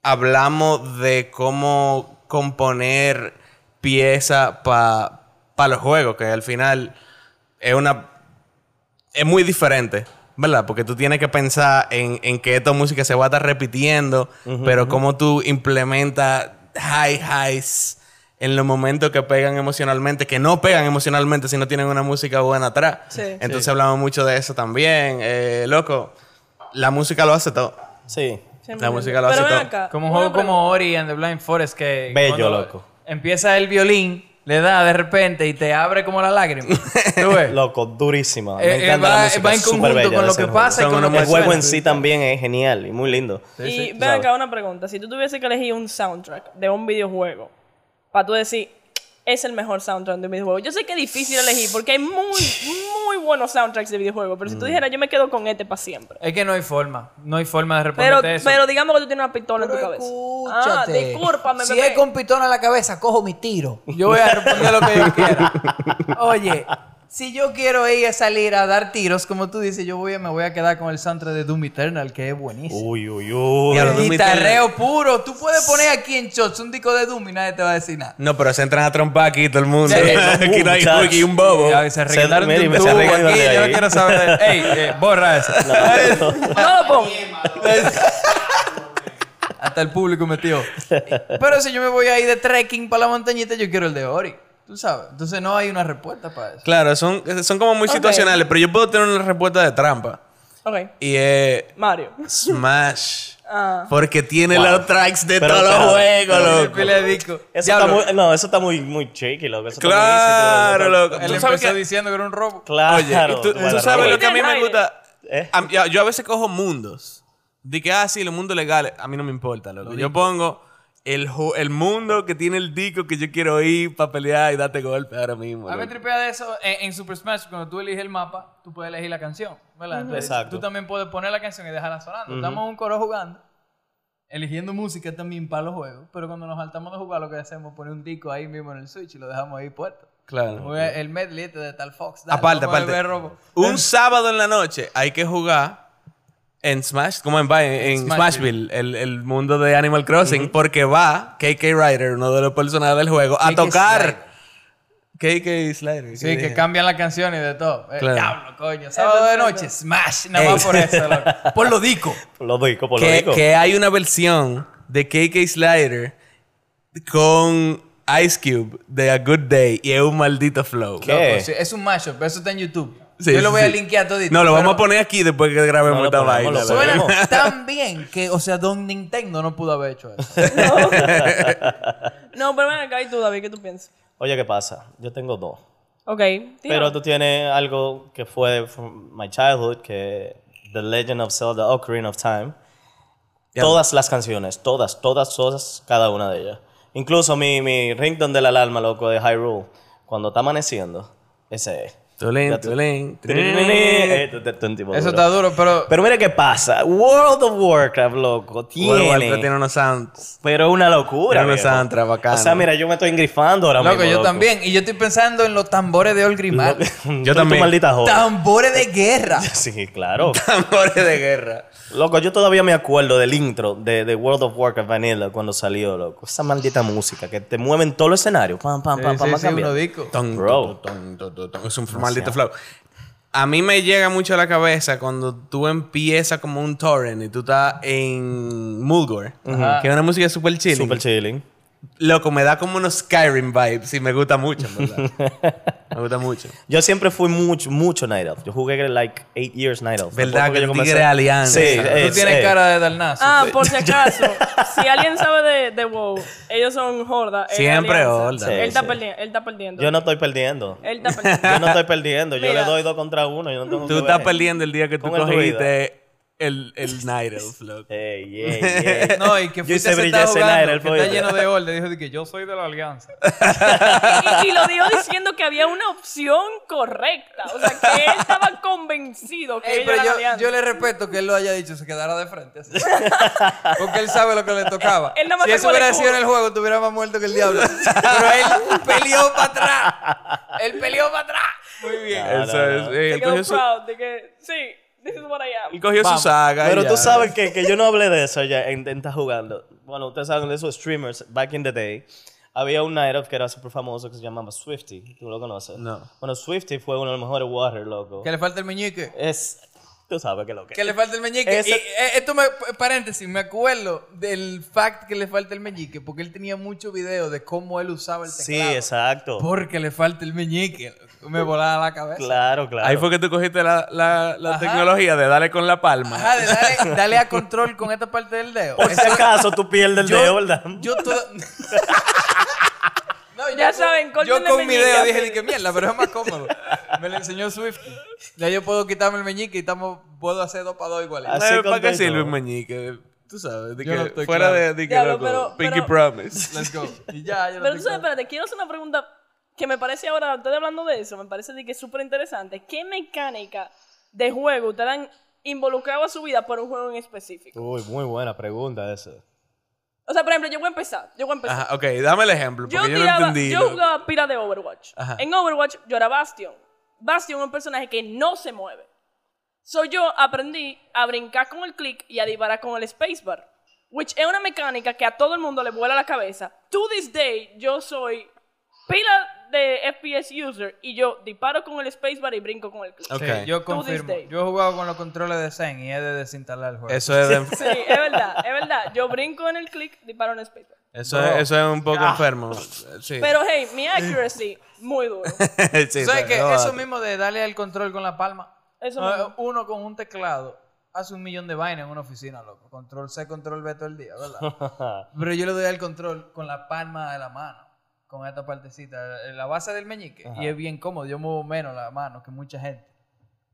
hablamos de cómo componer piezas para los juegos, que al final es una. Es muy diferente, ¿verdad? Porque tú tienes que pensar en, en que esta música se va a estar repitiendo, pero cómo tú implementas high highs en los momentos que pegan emocionalmente, que no pegan emocionalmente si no tienen una música buena atrás.
Sí.
Entonces hablamos mucho de eso también. Eh, loco, la música lo hace todo.
Sí.
Siempre
la
me-
música lo
Pero
hace
ven
todo.
acá,
Como un
una
juego
pregunta.
como Ori and the Blind Forest que
Bello,
cuando
loco.
Empieza el violín, le da de repente y te abre como la lágrima. ¿Tú ves?
Loco, durísima. Me
Eh, eh,
encanta
va-
la música.
va en
es súper
conjunto
bella
con
de
lo
ese
que
juego.
pasa y
Son
con lo
unos-
que
El juego en
suena.
sí también es genial y muy lindo.
Y ven
sabes.
acá una pregunta. Si tú tuviese que elegir un soundtrack de un videojuego, para tú decir, es el mejor soundtrack de un videojuego. Yo sé que es difícil elegir porque hay muy, muy buenos soundtracks de videojuegos, pero si
Mm.
tú dijeras, yo me quedo con este para siempre.
Es que no hay forma, no hay forma de
Pero,
Pues
responderte eso.
pero digamos que tú tienes una pistola en tu
Pero
cabeza. Ah,
escúchate.
discúlpame,
Si
bebé.
es con pitón a la cabeza, cojo mi tiro. Yo voy a responder lo que yo quiera. Oye, si yo quiero ir a salir a dar tiros, como tú dices, yo voy a- me voy a quedar con el soundtrack de Doom Eternal, que es buenísimo.
Uy, uy, uy.
Diablo, Doom
Guitarreo puro. Tú puedes poner aquí en shots un disco de Doom y nadie te va a decir nada.
No, pero se entran a trompar aquí todo el
Sí.
mundo. aquí no hay
Muchachos.
aquí un bobo.
Ya, se arreglaron
mira,
de
y
un
me se
tubo
arreglan
aquí,
de
yo no
ahí.
quiero saber. Ey, eh, borra eso.
No lo pongo.
Hasta el público metió. Pero si yo me voy ahí de trekking para la montañita, yo quiero el de Ori. Tú sabes. Entonces no hay una respuesta para eso.
Claro, son, son como muy
Ok.
situacionales, pero yo puedo tener una respuesta de trampa.
Ok,
Y es
Mario.
Smash.
Ah.
Porque tiene
Wow.
los tracks de
Pero
todos los
claro,
juegos,
pero
loco.
Pila de disco.
Eso
Diablo,
está muy, no, eso está muy, muy tricky, loco. Eso está muy
Claro,
difícil,
loco.
Él
Tú
empezó
sabes que-
diciendo que era un robo.
Claro.
Oye, y tú,
tú
tú
vas a
sabes
robar.
lo que a mí me
Aire.
gusta.
¿Eh?
A- yo, yo a veces cojo mundos. De que, ah, sí, los mundos legales. A mí no me importa, loco. yo pongo el, ju- el mundo que tiene el disco que yo quiero ir para pelear y darte golpe ahora mismo.
A mí me
loco.
tripea de eso. eh, En, en Super Smash, cuando tú eliges el mapa, tú puedes elegir la canción. ¿verdad? Entonces,
Exacto.
Tú también puedes poner la canción y dejarla sonando. Estamos en un coro jugando, eligiendo música también para los juegos. Pero cuando nos saltamos de jugar, lo que hacemos es poner un disco ahí mismo en el Switch y lo dejamos ahí puesto.
Claro.
Juega El medley este de tal Fox. dale,
Aparte,
vamos a
aparte. Uh,
ver robo.
Un sábado en la noche hay que jugar en Smash, como en, va- en, en
Smashville.
Smashville, el, el mundo de Animal Crossing, porque va KK Ryder, uno de los personajes del juego, a
KK
tocar
Slider.
KK Slider.
Sí, que
dije.
cambian la canción y de todo. Eh,
Claro.
diablo, coño. Sábado de noche, smash. Nada más
Ey.
por eso, loco. Por lo dico.
Por lo dico, por lo
que,
dico.
que hay una versión de KK Slider con Ice Cube de A Good Day y es un maldito flow.
¿Qué?
Loco, sí, es un mashup, pero eso está en YouTube.
Eh. Sí,
Yo lo
sí,
voy a
sí.
linkear todito.
No, lo
pero
vamos a poner aquí después que grabemos
No, lo
esta
ponemos,
vaina.
lo
pero-
ponemos.
Suena tan bien que, o sea, Don Nintendo no pudo haber hecho eso.
No, pero ven acá y tú, David, ¿qué tú piensas?
Oye, ¿qué pasa? Yo tengo dos.
Ok, tira.
Pero tú tienes algo que fue from my childhood, que The Legend of Zelda Ocarina of Time.
Ya.
Todas las canciones, todas, todas, todas, cada una de ellas. Incluso mi, mi ringtone de la alarma, loco, de Hyrule, cuando está amaneciendo, ese es.
Tulín,
Ya tú-
tulín, tulín.
Eh, tu- tu- tu- tu- tu-
Eso está duro, pero
Pero mira qué pasa. World of Warcraft, loco,
Bueno, Walter
tiene...
tiene unos sounds.
Pero una locura,
Tiene unos
viejo.
soundtracks
O
bacanos.
sea, mira, yo me estoy engrifando ahora
Loco,
mismo,
yo también. Y yo estoy pensando en los tambores de Olgrimar.
Yo también.
también.
maldita joda.
Tambores de guerra.
Sí, claro.
Amores de guerra.
Loco, yo todavía me acuerdo del intro de, de World of Warcraft Vanilla cuando salió, loco. Esa maldita música que te mueve en todo el escenario. Pam, pam, pam,
Sí,
pam,
sí,
va
sí,
cambiando.
uno dico.
Ton,
Bro.
ton, ton, ton, ton. Es un maldito flow. A mí me llega mucho a la cabeza cuando tú empiezas como un torrent y tú estás en Mulgore,
Ajá.
que es una música super chilling.
Super chilling.
Loco, me da como unos Skyrim vibes y me gusta mucho, en verdad. me gusta mucho.
Yo siempre fui mucho, mucho Night Elf. Yo jugué like 8 years Night Elf.
¿Verdad?
Después
Que
yo
el tigre de Alianza.
Sí,
Tú
es- eh.
Tú tienes
es.
cara de Darnazo.
Ah, por si acaso, si alguien sabe de, de WoW, ellos son horda. es
Siempre
alianza.
horda.
Sí,
él, está
sí.
perdi- él está perdiendo.
Yo no estoy perdiendo.
Él está perdiendo.
Yo no estoy perdiendo. Yo
Mira.
le doy dos contra uno. Yo no tengo
Tú
que
estás
ver.
perdiendo el día que tú
Con el ruido.
cogiste el, el Night Elf, loco.
Ey, ey, ey.
No, y que
Yo
fuiste
hice brillar
sentado
ese
jugando,
Night Elf,
que está
oye.
lleno de orden. Dijo de que yo soy de la alianza.
Y, y lo dijo diciendo que había una opción correcta. O sea, que él estaba convencido que
Ey,
ellos
pero
eran
yo,
alianza.
yo le respeto que él lo haya dicho, se quedara de frente. así. Porque él sabe lo que le tocaba.
Él nada más
si eso
sacó el
hubiera
escudo.
sido en el juego, estuviera más muerto que el diablo. Pero él peleó para atrás. Él peleó para atrás. Muy bien.
No,
Eso
no,
es,
no.
eh,
Se
él
quedó
cogió su,
proud de que, sí, this is what I am.
él cogió su
Vamos.
saga. y
Pero tú
ya.
sabes que, que yo no hablé de eso ya en, en Está Jugando. Bueno, ustedes saben de esos streamers, back in the day, había un night up que era súper famoso que se llamaba Swifty. ¿Tú lo conoces?
No.
Bueno, Swifty fue uno de los mejores water, loco.
Que le falta el meñique.
Es... Tú sabes que lo que...
Que le falta el meñique.
Ese-
Y, eh, esto me, paréntesis, me acuerdo del fact que le falta el meñique, porque él tenía mucho video de cómo él usaba el
Sí,
teclado.
exacto.
Porque le falta el meñique. Me volaba la cabeza.
Claro, claro.
Ahí fue que tú cogiste la, la, la tecnología de darle con la palma.
Ajá, de dale, dale a control con esta parte del dedo.
Por si acaso tú pierdes el
Yo-
dedo, ¿verdad?
Yo toda- No, yo
Ya
con-
saben,
Yo
córtenle
con mi
meñique,
dedo
así.
dije, dije, mierda, pero es más cómodo. Me lo enseñó Swift. Ya yo puedo quitarme el meñique y estamos, puedo hacer dos para dos iguales.
Ah,
Eh,
así
¿Para qué
contento.
sirve un meñique? Tú sabes, de
Yo
que
no estoy
fuera
claro.
de, de que
Diablo,
loco,
pero-
Pinky
pero-
Promise.
Let's go. Y ya, yo no
Pero tú
tengo-
sabes, espérate, quiero hacer una pregunta que me parece ahora, ustedes hablando de eso, me parece de que es súper interesante. ¿Qué mecánica de juego ustedes han involucrado a su vida por un juego en específico?
Uy, muy buena pregunta esa.
O sea, por ejemplo, yo voy a empezar, yo voy a empezar.
Ajá, ok, dame el ejemplo,
Yo,
porque yo,
tiraba-
no entendí.
yo
loco.
jugaba pila de Overwatch.
Ajá.
En Overwatch yo era Bastion. Bastion es un personaje que no se mueve. So yo aprendí a brincar con el click y a disparar con el spacebar. Which es una mecánica que a todo el mundo le vuela la cabeza. To this day, yo soy pila de FPS user y yo disparo con el spacebar y brinco con el click.
Ok.
Sí, yo
To this
confirmo.
day.
Yo he jugado con los controles de Zen y he de desinstalar el juego.
Eso es, de-
Sí, es verdad, es verdad. Yo brinco en el click, disparo en el spacebar.
eso, es, eso es un poco enfermo. Sí.
Pero hey, mi accuracy, muy duro.
Sí,
¿Sabes
sí,
qué?
no,
Eso
no.
mismo de darle al control con la palma.
Eso
No,
mismo.
Uno con un teclado hace un millón de vainas en una oficina, loco. Control C, control B todo el día, ¿verdad? Pero yo le doy al control con la palma de la mano, con esta partecita, eh, la base del meñique. Y es bien cómodo. Yo muevo menos la mano que mucha gente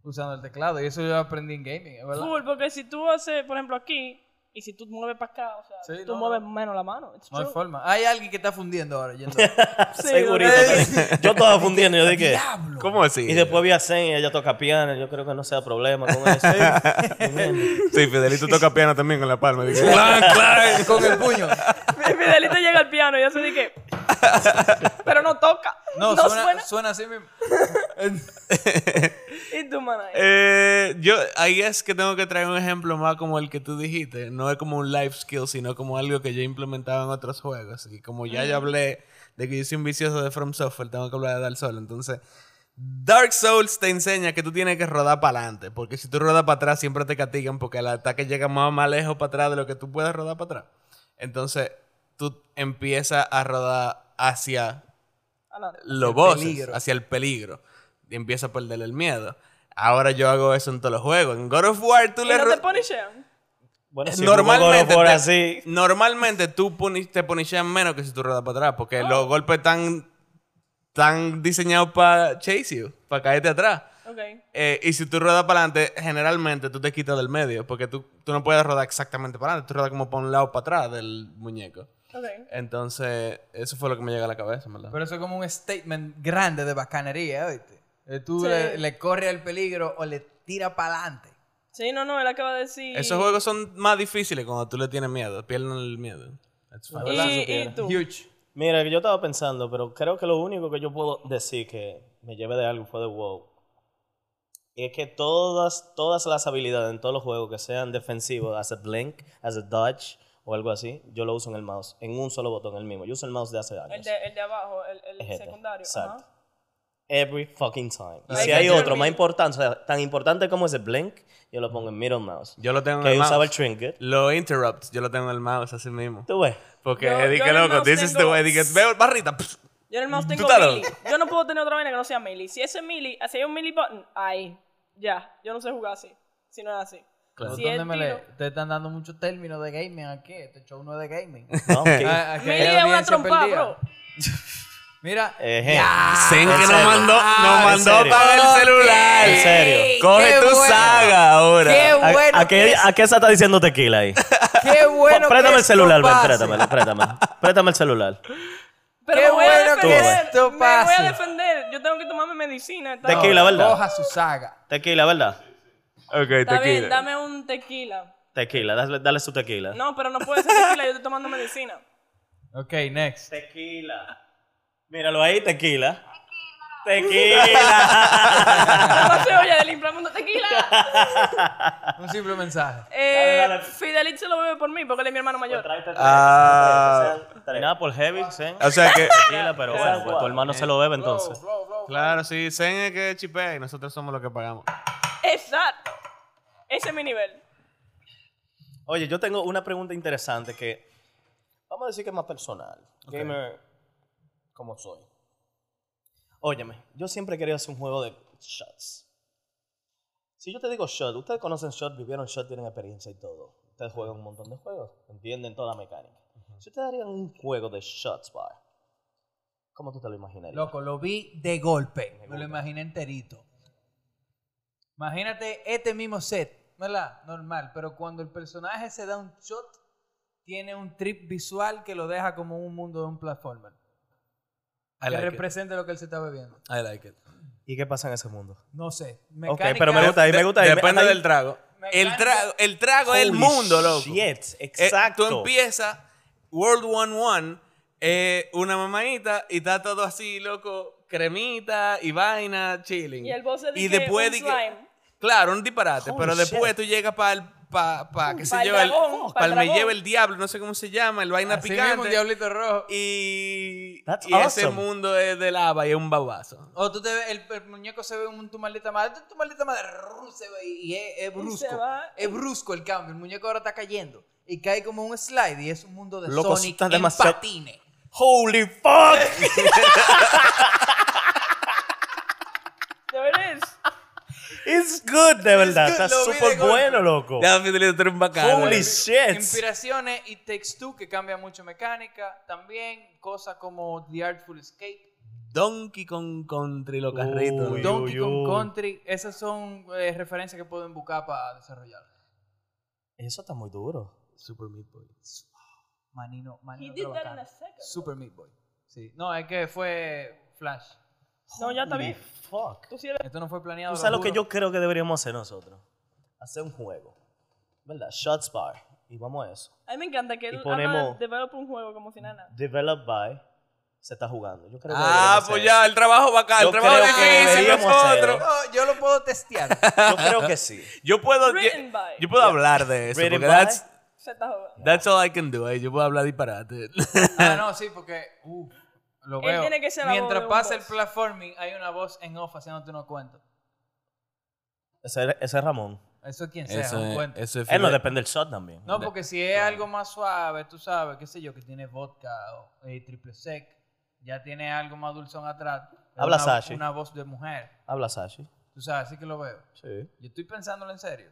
usando el teclado. Y eso yo lo aprendí en gaming, es ¿verdad?
Full, porque si tú haces, por ejemplo, aquí, y si tú mueves para acá, o sea,
Sí,
tú
no,
mueves menos la mano. It's
No hay
true.
forma. Hay alguien que está fundiendo ahora yendo.
Sí,
Segurito.
¿verdad?
pero- Yo estaba fundiendo, yo dije...
¡Diablo!
¿Cómo así?
Y después vi a Zen y ella toca piano. Yo creo que no sea problema con eso. ¿Entiendes?
Sí, Fidelito toca piano también con la palma. Dice, "Clan, clan".
Con el puño.
Fidelito llega al piano y hace de que. Pero no toca.
No,
¿No
suena,
suena?
suena así mismo.
¿Y tú, Manay?
Eh, yo ahí es que tengo que traer un ejemplo más como el que tú dijiste. No es como un life skill, sino como algo que yo implementaba en otros juegos. Y como ya yo hablé de que yo soy un vicioso de From Software, tengo que hablar de Dark Souls. Entonces, Dark Souls te enseña que tú tienes que rodar para adelante. Porque si tú rodas para atrás, siempre te castigan porque el ataque llega más, más lejos para atrás de lo que tú puedes rodar para atrás. Entonces, tú empiezas a rodar hacia
Adelante.
los
el
bosses,
peligro.
hacia el peligro. Y empieza a perder el miedo. Ahora yo hago eso en todos los juegos. En God of War tú
¿Y
le...
no
ro-
te punishean?
Bueno,
Eh,
si
normalmente,
por
te-
así.
normalmente tú puni- te punishean menos que si tú rodas para atrás.
Ah.
Porque los golpes están, están diseñados para chase you, para caerte atrás.
Ok.
Eh, y si tú rodas para adelante, generalmente tú te quitas del medio. Porque tú, tú no puedes rodar exactamente para adelante. Tú rodas como para un lado para atrás del muñeco.
Ok.
Entonces, eso fue lo que me llegó a la cabeza, en ¿verdad?
Pero eso es como un statement grande de bacanería, ¿oíste? Eh, Tú
Sí.
le, le corres el peligro o le tira para adelante.
Sí, no, no, él acaba de decir.
Esos juegos son más difíciles cuando tú le tienes miedo, pierden el miedo. That's fine.
Y, y tú.
Huge.
Mira, que yo estaba pensando, pero creo que lo único que yo puedo decir que me lleve de algo fue de WoW. Y es que todas, todas las habilidades en todos los juegos que sean defensivos, as a blink, as a dodge o algo así, yo lo uso en el mouse, en un solo botón, el mismo. Yo uso el mouse de hace años.
El de, el de abajo, el, el
Es este,
secundario.
exacto.
Ajá.
Every fucking time. Y
Ah,
si
ok.
hay otro más
Termina.
importante, o sea, tan importante como ese blink, yo lo pongo en middle mouse.
Yo lo tengo en
que
el
yo
mouse.
usaba el trinket.
Lo interrupts, yo lo tengo en el mouse así mismo.
Tú ves.
Porque
Yo-
Eddie,
yo
que
en el
loco,
mouse
this is the
tengo-
way, Eddie, que veo barrita. pss,
Yo en el mouse tengo
Tú estás
melee. Yo no puedo tener otra vaina que no sea melee. Si ese melee, si hay un melee button, ahí. Ya. Yo no sé jugar así. Si no es así.
Claro.
Si
¿Dónde
es
me le-
tiro-
Te están dando muchos términos de gaming aquí. Este show no es de gaming.
No, que-
Ah, aquí hay
Melee es una
audiencia
trompa,
perdida.
bro.
Mira.
Eh, gente,
Zen
en
que nos
serio.
mandó, nos
Ah, en
mandó
serio.
para el celular.
En serio.
Coge
Qué
tu
bueno.
saga ahora.
Qué
¿A,
bueno.
a qué,
que es-
¿A qué se está diciendo tequila ahí?
Qué bueno. que
préstame el
esto
celular, ven,
pase.
préstamelo, préstamelo. Préstame el celular.
Pero
Qué
me voy a
bueno que
defender,
esto
Me voy
pase.
a defender. Yo tengo que tomarme medicina. Está,
Tequila. ¿verdad?
Coja su saga.
Tequila, ¿verdad?
Ok,
está
te
bien,
quiero.
dame un tequila.
Tequila, dale, dale su tequila.
No, pero no puede ser tequila. Yo estoy tomando medicina.
Ok, next.
Tequila. Míralo ahí, tequila. Tequila.
Nada más se oye del inframundo. ¡Tequila!
Un simple mensaje.
Eh,
dale.
Fidelit se lo bebe por mí porque él es mi hermano mayor.
este
Ah,
Nada por heavy, Zen.
o sea que,
Tequila, pero bueno, pues tu hermano se lo bebe entonces.
claro, sí, Zen es que chipea y nosotros somos los que pagamos.
Exacto. Ese es mi nivel.
Oye, yo tengo una pregunta interesante que vamos a decir que es más personal. Gamer como soy. Óyeme, yo siempre quería hacer un juego de shots. Si yo te digo shot, ustedes conocen shot, vivieron shot, tienen experiencia y todo. Ustedes juegan un montón de juegos, entienden toda la mecánica. Si ustedes harían un juego de shots bar, ¿cómo tú te lo imaginarías?
Loco, lo vi de golpe. Me lo imaginé enterito. Imagínate este mismo set, ¿verdad? Normal. Pero cuando el personaje se da un shot, tiene un trip visual que lo deja como un mundo de un platformer.
I
que
like it.
represente lo que él se está bebiendo.
I like it.
¿Y qué pasa en ese mundo?
No sé.
Ok, pero me gusta ahí, me gusta ahí.
Depende
Hasta ahí-
del trago. El
Mecánica-
trago, el trago es el
Holy
mundo, loco.
shit,
Eh,
exacto.
tú empiezas World One One, eh, una mamadita y está todo así, loco, cremita y vaina, chilling.
Y el boss se
Y
dice que
después
un
di que-
slime.
Claro, un disparate,
Holy
pero después
shit.
tú llegas para el pa, pa, qué sé
Pa'l
yo, el-
dragón,
pa'l
pa'l
me
dragón.
lleva el diablo, no sé cómo se llama, el vaina
Así mismo, un
picante.
diablito rojo.
Y,
That's
y ese
awesome.
mundo es de lava y es un babazo.
O tú te ves, el, el muñeco se ve un tu maldita madre, tu maldita madre, rrr, se ve y es, es brusco.
se va.
Es brusco el cambio. El muñeco ahora está cayendo y cae como un slide y es un mundo de
Loco,
Sonic
está
en
demasiado-
patines.
Holy fuck.
¿De veras?
It's good, de verdad.
good,
Está
lo vi de
súper
golpe.
bueno, loco.
Ya, Fidelito, tú eres un bacano.
Holy shit.
Inspiraciones y Takes Two que cambia mucho mecánica. También cosas como The Artful Escape,
Donkey con Country, los carritos.
Uy,
loco.
Donkey Kong
uy.
Country. Esas son eh, referencias que pueden buscar para desarrollar.
Eso está muy duro.
Super Meat Boy.
Manino,
He
manino.
did that in
trabajando.
a second.
Super Meat Boy. Sí. No, es que fue Flash.
No, ya está bien.
Fuck.
Tú sí eres-
Esto no fue planeado.
¿Tú sabes lo que
juro.
yo creo que deberíamos hacer nosotros? Hacer un juego. ¿Verdad? Shots Bar. Y vamos a eso.
A mí me encanta que
Y
él
ponemos-
habla de develop un juego como si nada.
Developed by se está jugando. Yo creo que
Ah,
deberíamos
pues
hacer
ya, el trabajo va acá, el
Yo
trabajo
creo que
difícil,
deberíamos hacer
nosotros.
Yo, yo lo puedo testear.
eso. Yo creo que sí.
Yo puedo, yo,
Written by.
yo puedo hablar de eso,
Written
porque
by.
that's,
Se está jugando.
that's all I can do. eh, Yo puedo hablar disparate.
Ah, no, sí, porque. Uh, lo
Él
veo.
tiene que ser la voz
Mientras
de un
pasa el
boss.
platforming, hay una voz en off haciéndote unos cuentos.
Ese, ese es Ramón.
Eso es quien sea,
eso,
un
es-
cuento.
eso es
Él no
fide-
depende del shot también.
No, porque si es algo más suave, tú sabes, qué sé yo, que tiene vodka o eh, triple sec, ya tiene algo más dulzón atrás. es
Habla
una,
Sashi.
Una voz de mujer.
Habla Sashi.
Tú sabes, así que lo veo.
Sí.
Yo estoy pensándolo en serio.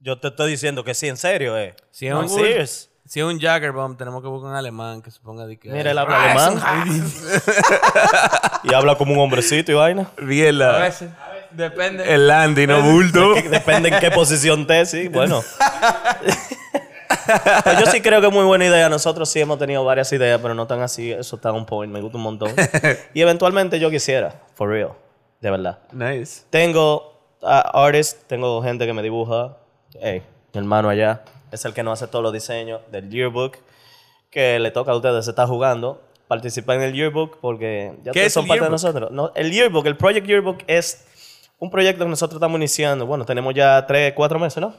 Yo te estoy diciendo que sí, en serio, eh.
Si es
No,
un
I'm serious.
Si es un Jaggerbomb, tenemos que buscar un alemán que se ponga de que.
Mira, él habla alemán. y habla como un hombrecito y vaina.
A
Biela.
veces. Depende.
El Andy, no bulto.
Que Depende en qué posición te, sí, bueno. Pues yo sí creo que es muy buena idea. Nosotros sí hemos tenido varias ideas, pero no tan así. Eso está un point, me gusta un montón. Y eventualmente yo quisiera, for real, de verdad.
Nice.
Tengo ah, artists, tengo gente que me dibuja. Hey, mi hermano allá es el que nos hace todos los diseños del yearbook que le toca a ustedes, se está jugando. Participa en el yearbook porque ya
¿Qué
ustedes
es
son
el
parte de
yearbook?
nosotros. No, el yearbook, el Project Yearbook es un proyecto que nosotros estamos iniciando. Bueno, tenemos ya tres, cuatro meses, ¿no?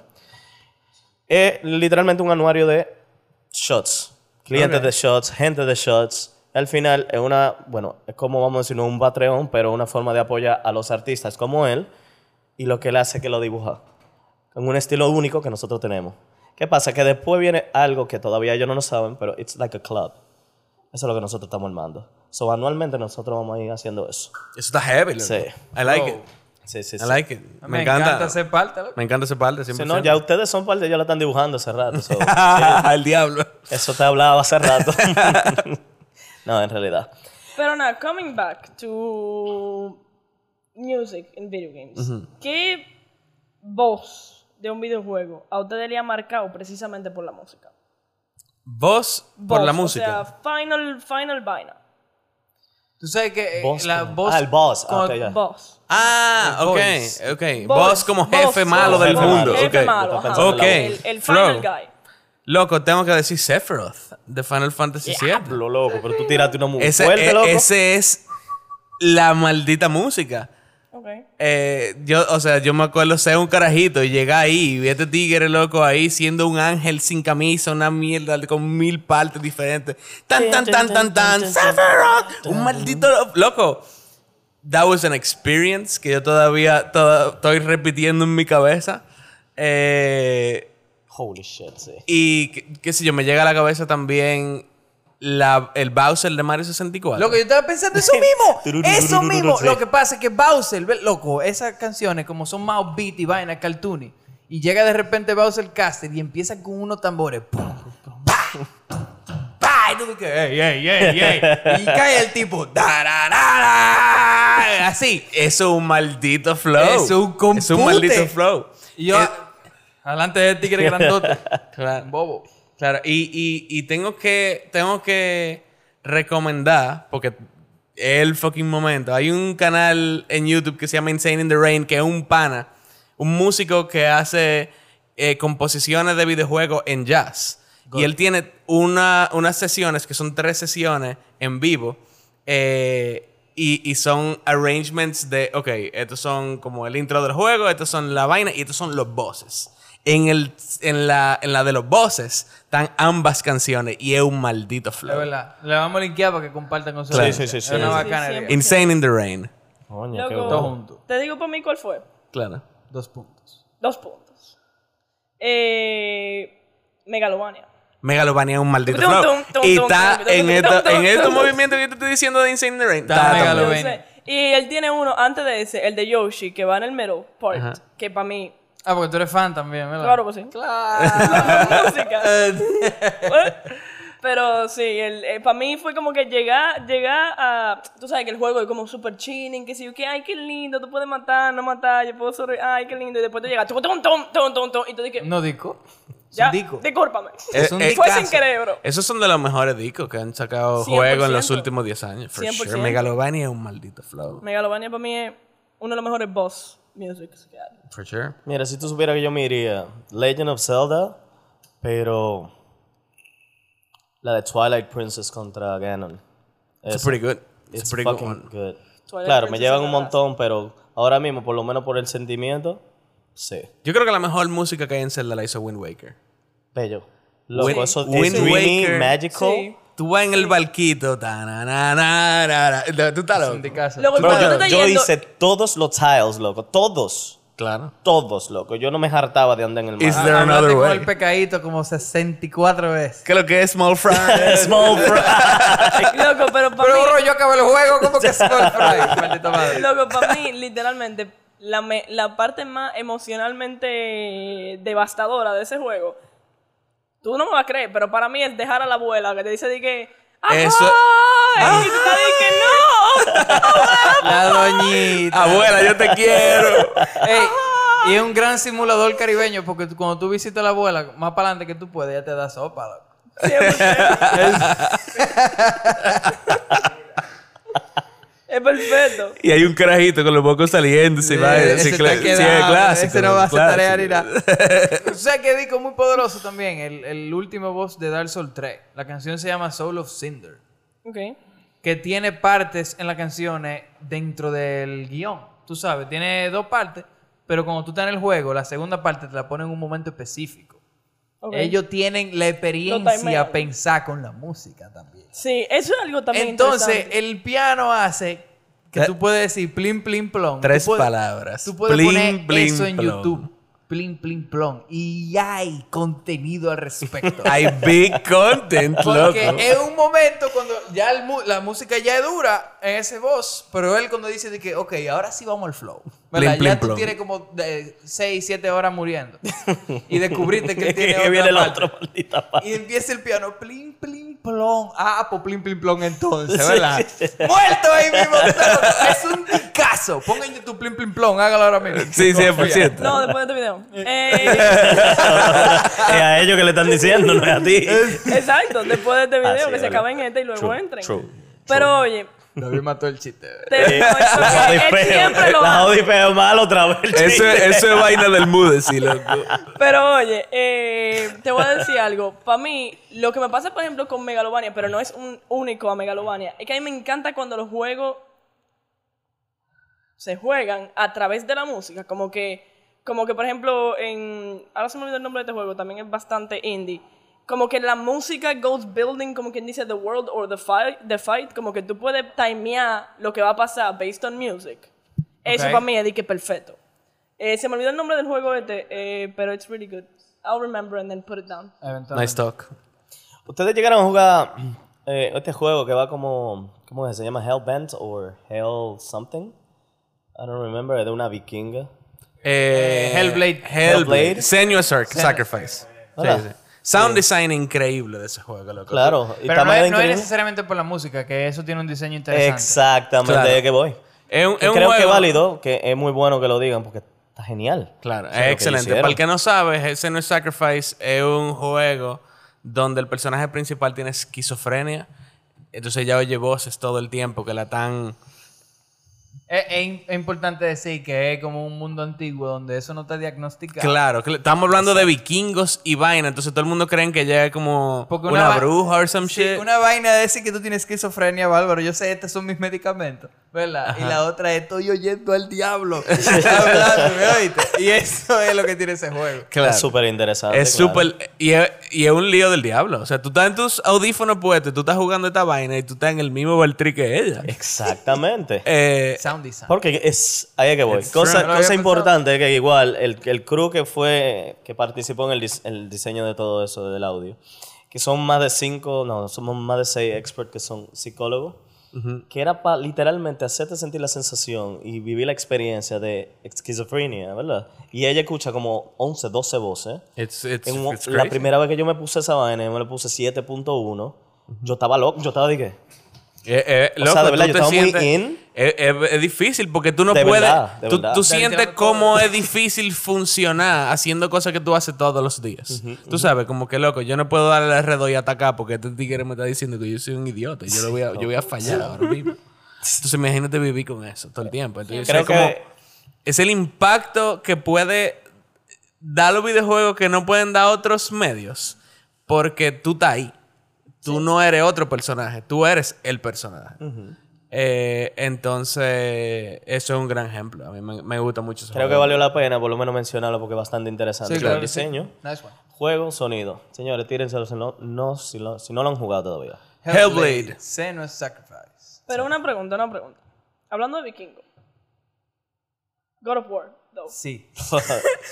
Es literalmente un anuario de shots. Clientes
Ok.
de shots, gente de shots. Al final es una, bueno, es como vamos a decirlo, un Patreon, pero una forma de apoyar a los artistas como él y lo que él hace que lo dibuja. Con un estilo único que nosotros tenemos. ¿Qué pasa? Que después viene algo que todavía ellos no lo saben, pero it's like a club. Eso es lo que nosotros estamos armando. So, anualmente nosotros vamos a ir haciendo eso.
Eso está heavy, loco.
Sí.
I like
Wow.
it.
Sí, sí, sí.
I like it.
Me,
Me,
encanta.
encanta.
hacer parte. loco.
Me encanta ese parte.
Si
siempre.
no, ya ustedes son parte, ya lo están dibujando hace rato. so,
El diablo.
eso te hablaba hace rato. no, en realidad.
Pero nada, coming back to music and video games. ¿Qué voz de un videojuego a usted le ha marcado precisamente por la música?
Voz por
Voz,
la música.
O sea, Final, Final Vaina.
Tú sabes que eh,
Boss
la
como-
voz.
ah, el boss. Ah,
cuando-
ok, ya.
Voz.
ah,
el
ok,
voice.
ok. Voz como jefe
voz,
malo
voz,
del
voz,
mundo.
Jefe
ok.
malo,
Está
ajá.
pensando
en la voz.
El, el
Flow.
final guy.
Loco, tengo que decir Sephiroth de Final Fantasy VII.
Lo loco, pero tú tiraste una muy
Ese,
fuerte,
e-
loco.
ese es la maldita música.
Ok.
Eh, yo, o sea, yo me acuerdo ser un carajito y llegar ahí y vi a este tigre loco ahí siendo un ángel sin camisa, una mierda con mil partes diferentes. Tan, tan, tan, tan, tan, Sephiroth, un maldito lo- loco. That was an experience que yo todavía toda- estoy repitiendo en mi cabeza. Eh,
Holy shit, sí.
y qué, qué sé yo, me llega a la cabeza también la- el Bowser de Mario 64.
Loco, yo estaba pensando eso mismo.
Tururururu,
eso mismo.
sí.
Lo que pasa es que Bowser, ve- loco, esas canciones como son más beat y vaina, cartoony. Y llega de repente Bowser Caster y empieza con unos tambores. Pum, pum, pa, pa, y tú dices, "Ey, ey, ey, ey". Y cae el tipo. "Da, da, da, da", Así.
Eso es un maldito flow.
Eso es un
Eso es
compute.
un maldito flow.
Y yo,
Eh,
adelante de tigre grandote.
Claro.
Bobo.
Claro, y, y- y tengo que tengo que recomendar, porque es el fucking momento. Hay un canal en YouTube que se llama Insane in the Rain, que es un pana, un músico que hace eh, composiciones de videojuegos en jazz. Y él tiene una, unas sesiones, que son tres sesiones en vivo, eh, y, y son arrangements de, ok, estos son como el intro del juego, estos son la vaina y estos son los bosses. En, el, en, la, en la de los bosses están ambas canciones y es un maldito
La
flow.
verdad. Le vamos a linkear para que compartan con su
Claro.
gente.
Sí, sí, sí,
Es una
sí.
bacanería.
Sí, sí.
Insane in the Rain.
Coño, qué
Loco.
bueno.
Todo junto.
Te digo por mí cuál fue.
Claro.
Dos puntos.
Dos puntos. Eh, Megalovania.
Megalovania es un maldito
Tum, tum,
flow.
tum,
Y
tum,
está
tum,
en
tum,
esto-
tum,
en estos
tum.
movimientos que te estoy diciendo de Insane in the Rain.
Está
está también.
Yo
Megalovania.
sé. Y él tiene uno antes de ese, el de Yoshi, que va en el middle part,
Ajá.
que para mí,
Ah, porque tú eres fan también, ¿verdad?
claro que sí.
Ah. Claro.
música. ¿Eh? Pero sí, el, para mí fue como que llegar, llegar a. Tú sabes que el juego es como super chilling, que si yo, que ay, qué lindo, tú puedes matar, no matar, yo puedo sobre, ay, qué lindo, y después te llega, tum, tum, tum, tum, tum, tum, y tú dices,
no dico. Es
ya,
un dico.
discúlpame.
Eh,
Es un
eh,
Fue
dicazo.
sin querer, bro.
Esos son de los mejores discos que han sacado
100%.
juegos en los últimos 10 años. For sure.
100%.
Megalovania es un maldito flow.
Megalovania para mí es uno de los mejores boss music que hay.
For sure.
Mira, si tú supieras que yo me iría Legend of Zelda, pero la de Twilight Princess contra Ganon.
It's
Es-
pretty good. It's,
It's
a pretty good
fucking
one.
good.
Toilet
Claro, me
Princess
llevan
es
un
la-
montón, pero ahora mismo, por lo menos por el sentimiento, sí.
Yo creo que la mejor música que hay en Zelda la hizo Wind Waker.
Bello. Loco,
Wind-
eso es
Wind
dreamy,
Waker.
magical.
Sí.
Tú vas en el barquito. ta-na-na-na-na-na. No, Tú estás loco.
Sindicazo.
Luego,
Bro,
¿por qué tú
yo,
estás
yo
yendo?
hice todos los tiles, loco. Todos.
Claro.
Todos, loco. Yo no me hartaba de andar en el
Is
mar.
there
Ah, Hablaste
another
con
way?
el pecadito como 64 veces.
¿Qué es lo que es Small Fry?
Small fry.
Loco, pero para
Pero
mí,
bro, yo acabé el juego como que Small Fry, maldita madre.
loco, pa' mí, literalmente, la, me- la parte más emocionalmente devastadora de ese juego, tú no me vas a creer, pero para mí es dejar a la abuela que te dice de que... ¡Ajá!
Eso-
Y tú estás de que no.
La doñita.
Abuela, yo te quiero.
Ey, y es un gran simulador caribeño porque tú- cuando tú visitas a la abuela, más para adelante que tú puedes, ya te da sopa. loco.
Es perfecto.
Y hay un carajito con los bocos saliendo. Si va,
Eh,
si
ese
cla-
está
si es
quedado,
clásico.
ese no va a hacer
clásico.
tarea ni nada. Tú sabes que disco muy poderoso también, el, el último boss de Dark Souls 3. La canción se llama Soul of Cinder,
Ok.
que tiene partes en las canciones dentro del guión. Tú sabes, tiene dos partes, pero cuando tú estás en el juego, la segunda parte te la ponen en un momento específico.
ok.
Ellos tienen la experiencia
timean.
a pensar con la música también.
Sí, eso es algo también
Entonces,
interesante.
el piano hace que
Tre-
tú puedes decir plin, plin, plon. Tú
Tres
puedes-
palabras.
Tú puedes
Plin,
poner
plin,
eso en
plon.
YouTube. Plin, plin, plon. Y hay contenido al respecto.
Hay big content,
Porque
loco.
es un momento cuando ya el mu- la música ya es dura en ese voz, pero él cuando dice de que, ok, ahora sí vamos al flow. ¿verdad?
Plin,
ya
plin,
tú
plon.
tienes como 6, 7 horas muriendo. y descubriste que tiene
que viene
otra
el
parte.
otro, maldita parte.
Y empieza el piano, plin, plin, plon. Ah, pues plin, plin, plon entonces, ¿verdad? Muerto ahí mismo. es un ticazo. Pongan en YouTube plin, plin, plon. Hágalo ahora mismo.
Sí, 100%.
No, después de este video. Eh,
Es a ellos que le están diciendo, no es a ti.
exacto, después de este
Ah,
video,
sí,
que se
verdad.
acaben este y luego
True,
entren.
true,
Pero oye,
David mató el chiste.
te digo eso,
La
que
jodí
él siempre
feo.
lo
La
hace.
jodí feo mal otra vez.
Eso, eso es vaina del mood, sí, loco.
Pero oye, eh, te voy a decir algo. Para mí, lo que me pasa, por ejemplo, con Megalovania, pero no es un único a Megalovania, es que a mí me encanta cuando los juegos se juegan a través de la música. Como que, como que por ejemplo, en. Ahora se me olvidó el nombre de este juego, también es bastante indie. Como que la música goes building, como quien dice, the world or the fight, the fight. Como que tú puedes timear lo que va a pasar based on music. Eso
Ok.
para mí es de que perfecto. Eh, se me olvidó el nombre del juego este, eh, pero it's really good. I'll remember and then put it down.
Nice talk.
Ustedes llegaron a jugar eh, este juego que va como. ¿Cómo es? se llama? Hellbent o Hell something. I don't remember. De una vikinga.
Eh,
Hellblade.
Hellblade.
Hellblade.
Senua's Arc- Sacrifice. Sí,
Ah.
sí. Sound design increíble de ese juego, loco.
Claro. y
Pero no
tamaño
es, no es
increíble.
necesariamente por la música, que eso tiene un diseño interesante.
Exactamente,
Claro.
de que voy.
Es un,
Que
es un
creo que
juego-
válido, que es muy bueno que lo digan, porque está genial.
Claro,
O sea, lo
es
que
excelente.
hicieron.
Para el que no sabe, Senua's Sacrifice es un juego donde el personaje principal tiene esquizofrenia. Entonces ya oye voces todo el tiempo que la están...
Es, es im- es importante decir que es como un mundo antiguo donde eso no está diagnosticado.
Claro, cl- estamos hablando de vikingos y vaina. Entonces todo el mundo cree que ella es como
Porque
una,
va-
bruja o some
Sí,
shit.
Una vaina de decir que tú tienes esquizofrenia, Bárbaro. Yo sé, estos son mis medicamentos. ¿Verdad? Y la otra es, estoy oyendo al diablo. Hablando, ¿me oíste? Y eso es lo que tiene ese juego.
Claro.
Es súper interesante.
Es
claro.
súper. Y, es- y es un lío del diablo. O sea, tú estás en tus audífonos puestos, tú estás jugando esta vaina y tú estás en el mismo Valtry que ella.
Exactamente.
Eh,
Sound design.
Porque es ahí es que voy.
It's
Cosa,
true. No lo
cosa
había
importante es que igual el, el crew que fue, que participó en el, dis- el diseño de todo eso del audio, que son más de cinco, no, somos más de seis experts que son psicólogos, que era para literalmente hacerte sentir la sensación y vivir la experiencia de esquizofrenia, ¿verdad? Y ella escucha como 11, 12 voces.
it's- it's-
En un-
it's
la
crazy.
primera vez que yo me puse esa vaina, yo me le puse 7.1. Yo estaba loco, yo estaba de qué.
Eh, eh,
O sea, de verdad, yo
tú te
estaba muy
sientes-
in.
Es, es- es difícil porque tú no
De
puedes.
verdad, de
tú
verdad.
tú
Del
sientes
diablo todo.
cómo es difícil funcionar haciendo cosas que tú haces todos los días. Tú sabes, como que loco, yo no puedo darle alrededor y atacar porque este tigre me está diciendo que yo soy un idiota. y Yo, lo voy, a, yo voy a fallar ahora mismo. Entonces, imagínate vivir con eso todo el tiempo. Entonces,
Creo
es, como-
que-
es el impacto que puede dar los videojuegos que no pueden dar otros medios porque tú estás ahí. Tú no eres otro personaje, tú eres el personaje. Eh, entonces, eso es un gran ejemplo. A mí me, me gusta mucho ese
Creo que
juego.
valió la pena por lo menos mencionarlo porque es bastante interesante.
Sí,
Claro,
claro, sí.
diseño,
Nice one.
juego, sonido. Señores, tírenselos si no, no- si, lo, si no lo han jugado todavía.
Hellblade.
Senua's Sacrifice.
Pero una pregunta, una pregunta. Hablando de vikingo. God of War, though.
Sí.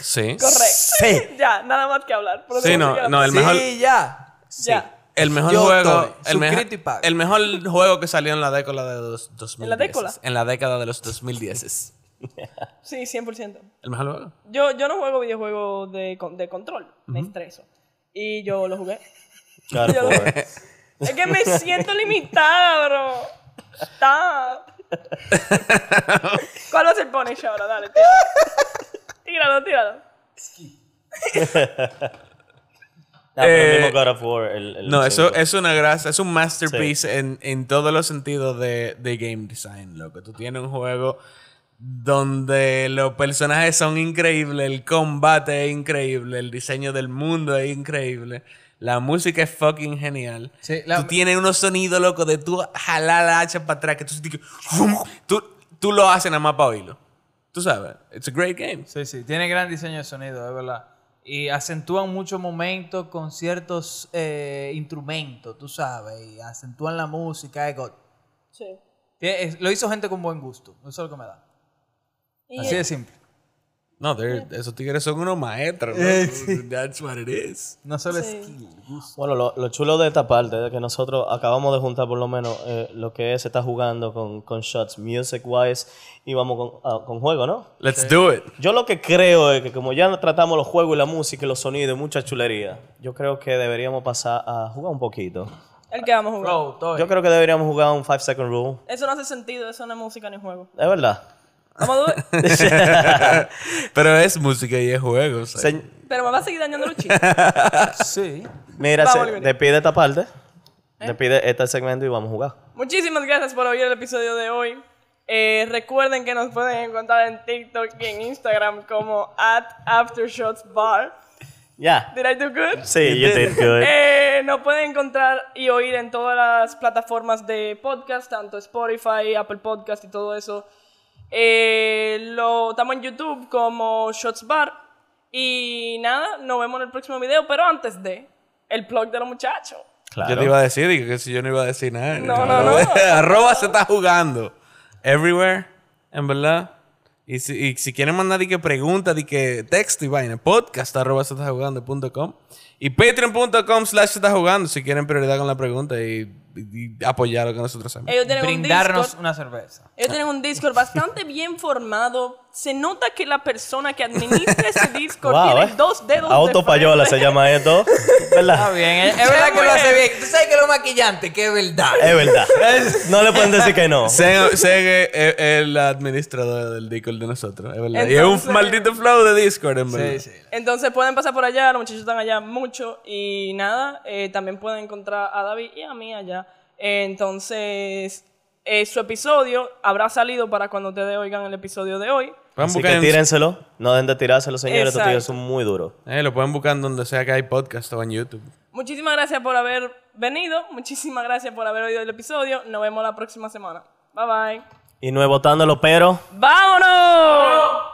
Sí.
Correcto.
Sí.
ya, nada más que hablar. Por eso
Sí, no,
sigue la
no, el
sí,
mejor,
ya.
Ya.
el mejor
Yo
juego,
estoy
el, meja-
suscrito y pago.
el mejor juego que salió en la década de los 2010.
década?
En la década de los 2010.
Sí, 100%.
El mejor juego.
Yo, yo no juego videojuegos de, con- de control. Me estreso. Y yo lo jugué.
Claro,
Yo lo
pobre.
jugué. Es que me siento limitada, bro. Stop. ¿Cuál va a ser Punish ahora? Dale, tíralo. Tíralo, tíralo.
Ah, pero el
Eh,
mismo God of War, el- el
No, eso
cinco.
es una grasa, es un masterpiece en, en todos los sentidos de, de game design, loco. Tú tienes un juego donde los personajes son increíbles, el combate es increíble, el diseño del mundo es increíble, la música es fucking genial.
Sí, la-
Tú tienes unos sonidos, loco, de tú jalar la hacha para atrás, que tú, sentís que- tú, tú lo haces nada más para oírlo. Tú sabes, it's a great game.
Sí, sí. Tiene gran diseño de sonido, es verdad. Y acentúan muchos momentos con ciertos eh, instrumentos, tú sabes. Y acentúan la música. es God.
Sí.
Tiene- es- Lo hizo gente con buen gusto. Eso es lo que me da.
Y-
Así de simple.
No, they're- esos tigres son unos maestros.
Eh,
loco. That's what it is.
No solo
Sí.
skill, gusto.
Bueno, lo, lo chulo de esta parte es que nosotros acabamos de juntar por lo menos eh, lo que se está jugando con, con shots music wise y vamos con, ah, con juego, ¿no?
Let's do it.
Yo lo que creo es que como ya tratamos los juegos y la música y los sonidos y mucha chulería, yo creo que deberíamos pasar a jugar un poquito.
El que vamos a jugar.
Bro, todo.
Yo creo que deberíamos jugar un 5 second rule.
Eso no hace sentido, eso no es música ni juego.
Es verdad.
Vamos a du-
Pero es música y es juegos.
Se-
Pero me va a seguir dañando los chistes.
Sí.
mira,
Vamos,
se-
Oliver. ¿Eh?
despide esta parte, despide este segmento y vamos a jugar.
Muchísimas gracias por oír el episodio de hoy. Eh, recuerden que nos pueden encontrar en TikTok y en Instagram como at aftershotsbar.
Ya.
Did I do good?
Sí, you did good.
Eh, nos pueden encontrar y oír en todas las plataformas de podcast, tanto Spotify, Apple Podcast y todo eso. Eh, lo estamos en YouTube como Shots Bar. Y nada, nos vemos en el próximo video, pero antes de el blog de los muchachos.
Claro.
Yo te iba a decir y que si yo no iba a decir nada.
No, no, no.
Arroba se está jugando. Everywhere, en verdad. Y si, y si quieren mandar di que pregunta, di que texto y vaina, podcast arroba se está jugando punto com. y patreon.com slash se está jugando si quieren prioridad con la pregunta y, y- y apoyar lo que nosotros hacemos.
Ellos tienen un
Brindarnos
Discord.
una cerveza.
Ellos tienen un Discord bastante bien formado. Se nota que la persona que administra ese Discord
Wow,
tiene
eh.
dos dedos de
Autopayola se
frente.
llama esto.
Está
¿Verdad?
bien. Es, es
Qué
verdad que lo hace
bueno.
bien. Tú sabes que lo maquillante, que es verdad.
Es verdad. No le pueden decir que no.
Sé sé que es es la administradora del Discord de nosotros, es verdad. y es
Entonces-
un maldito flow de Discord, en verdad.
Sí, sí.
Entonces pueden pasar por allá, los muchachos están allá mucho y nada, eh, también pueden encontrar a David y a mí allá. Eh, entonces, eh, su episodio habrá salido para cuando ustedes oigan el episodio de hoy.
Van
Así que
buscando-
tírenselo. No den de tirárselo, señores. Estos
Exacto.
tíos son muy duros.
Eh, lo pueden buscar donde sea que hay podcast o en YouTube.
Muchísimas gracias por haber venido, muchísimas gracias por haber oído el episodio, nos vemos la próxima semana. Bye bye.
Y no es botándolo, pero...
¡Vámonos!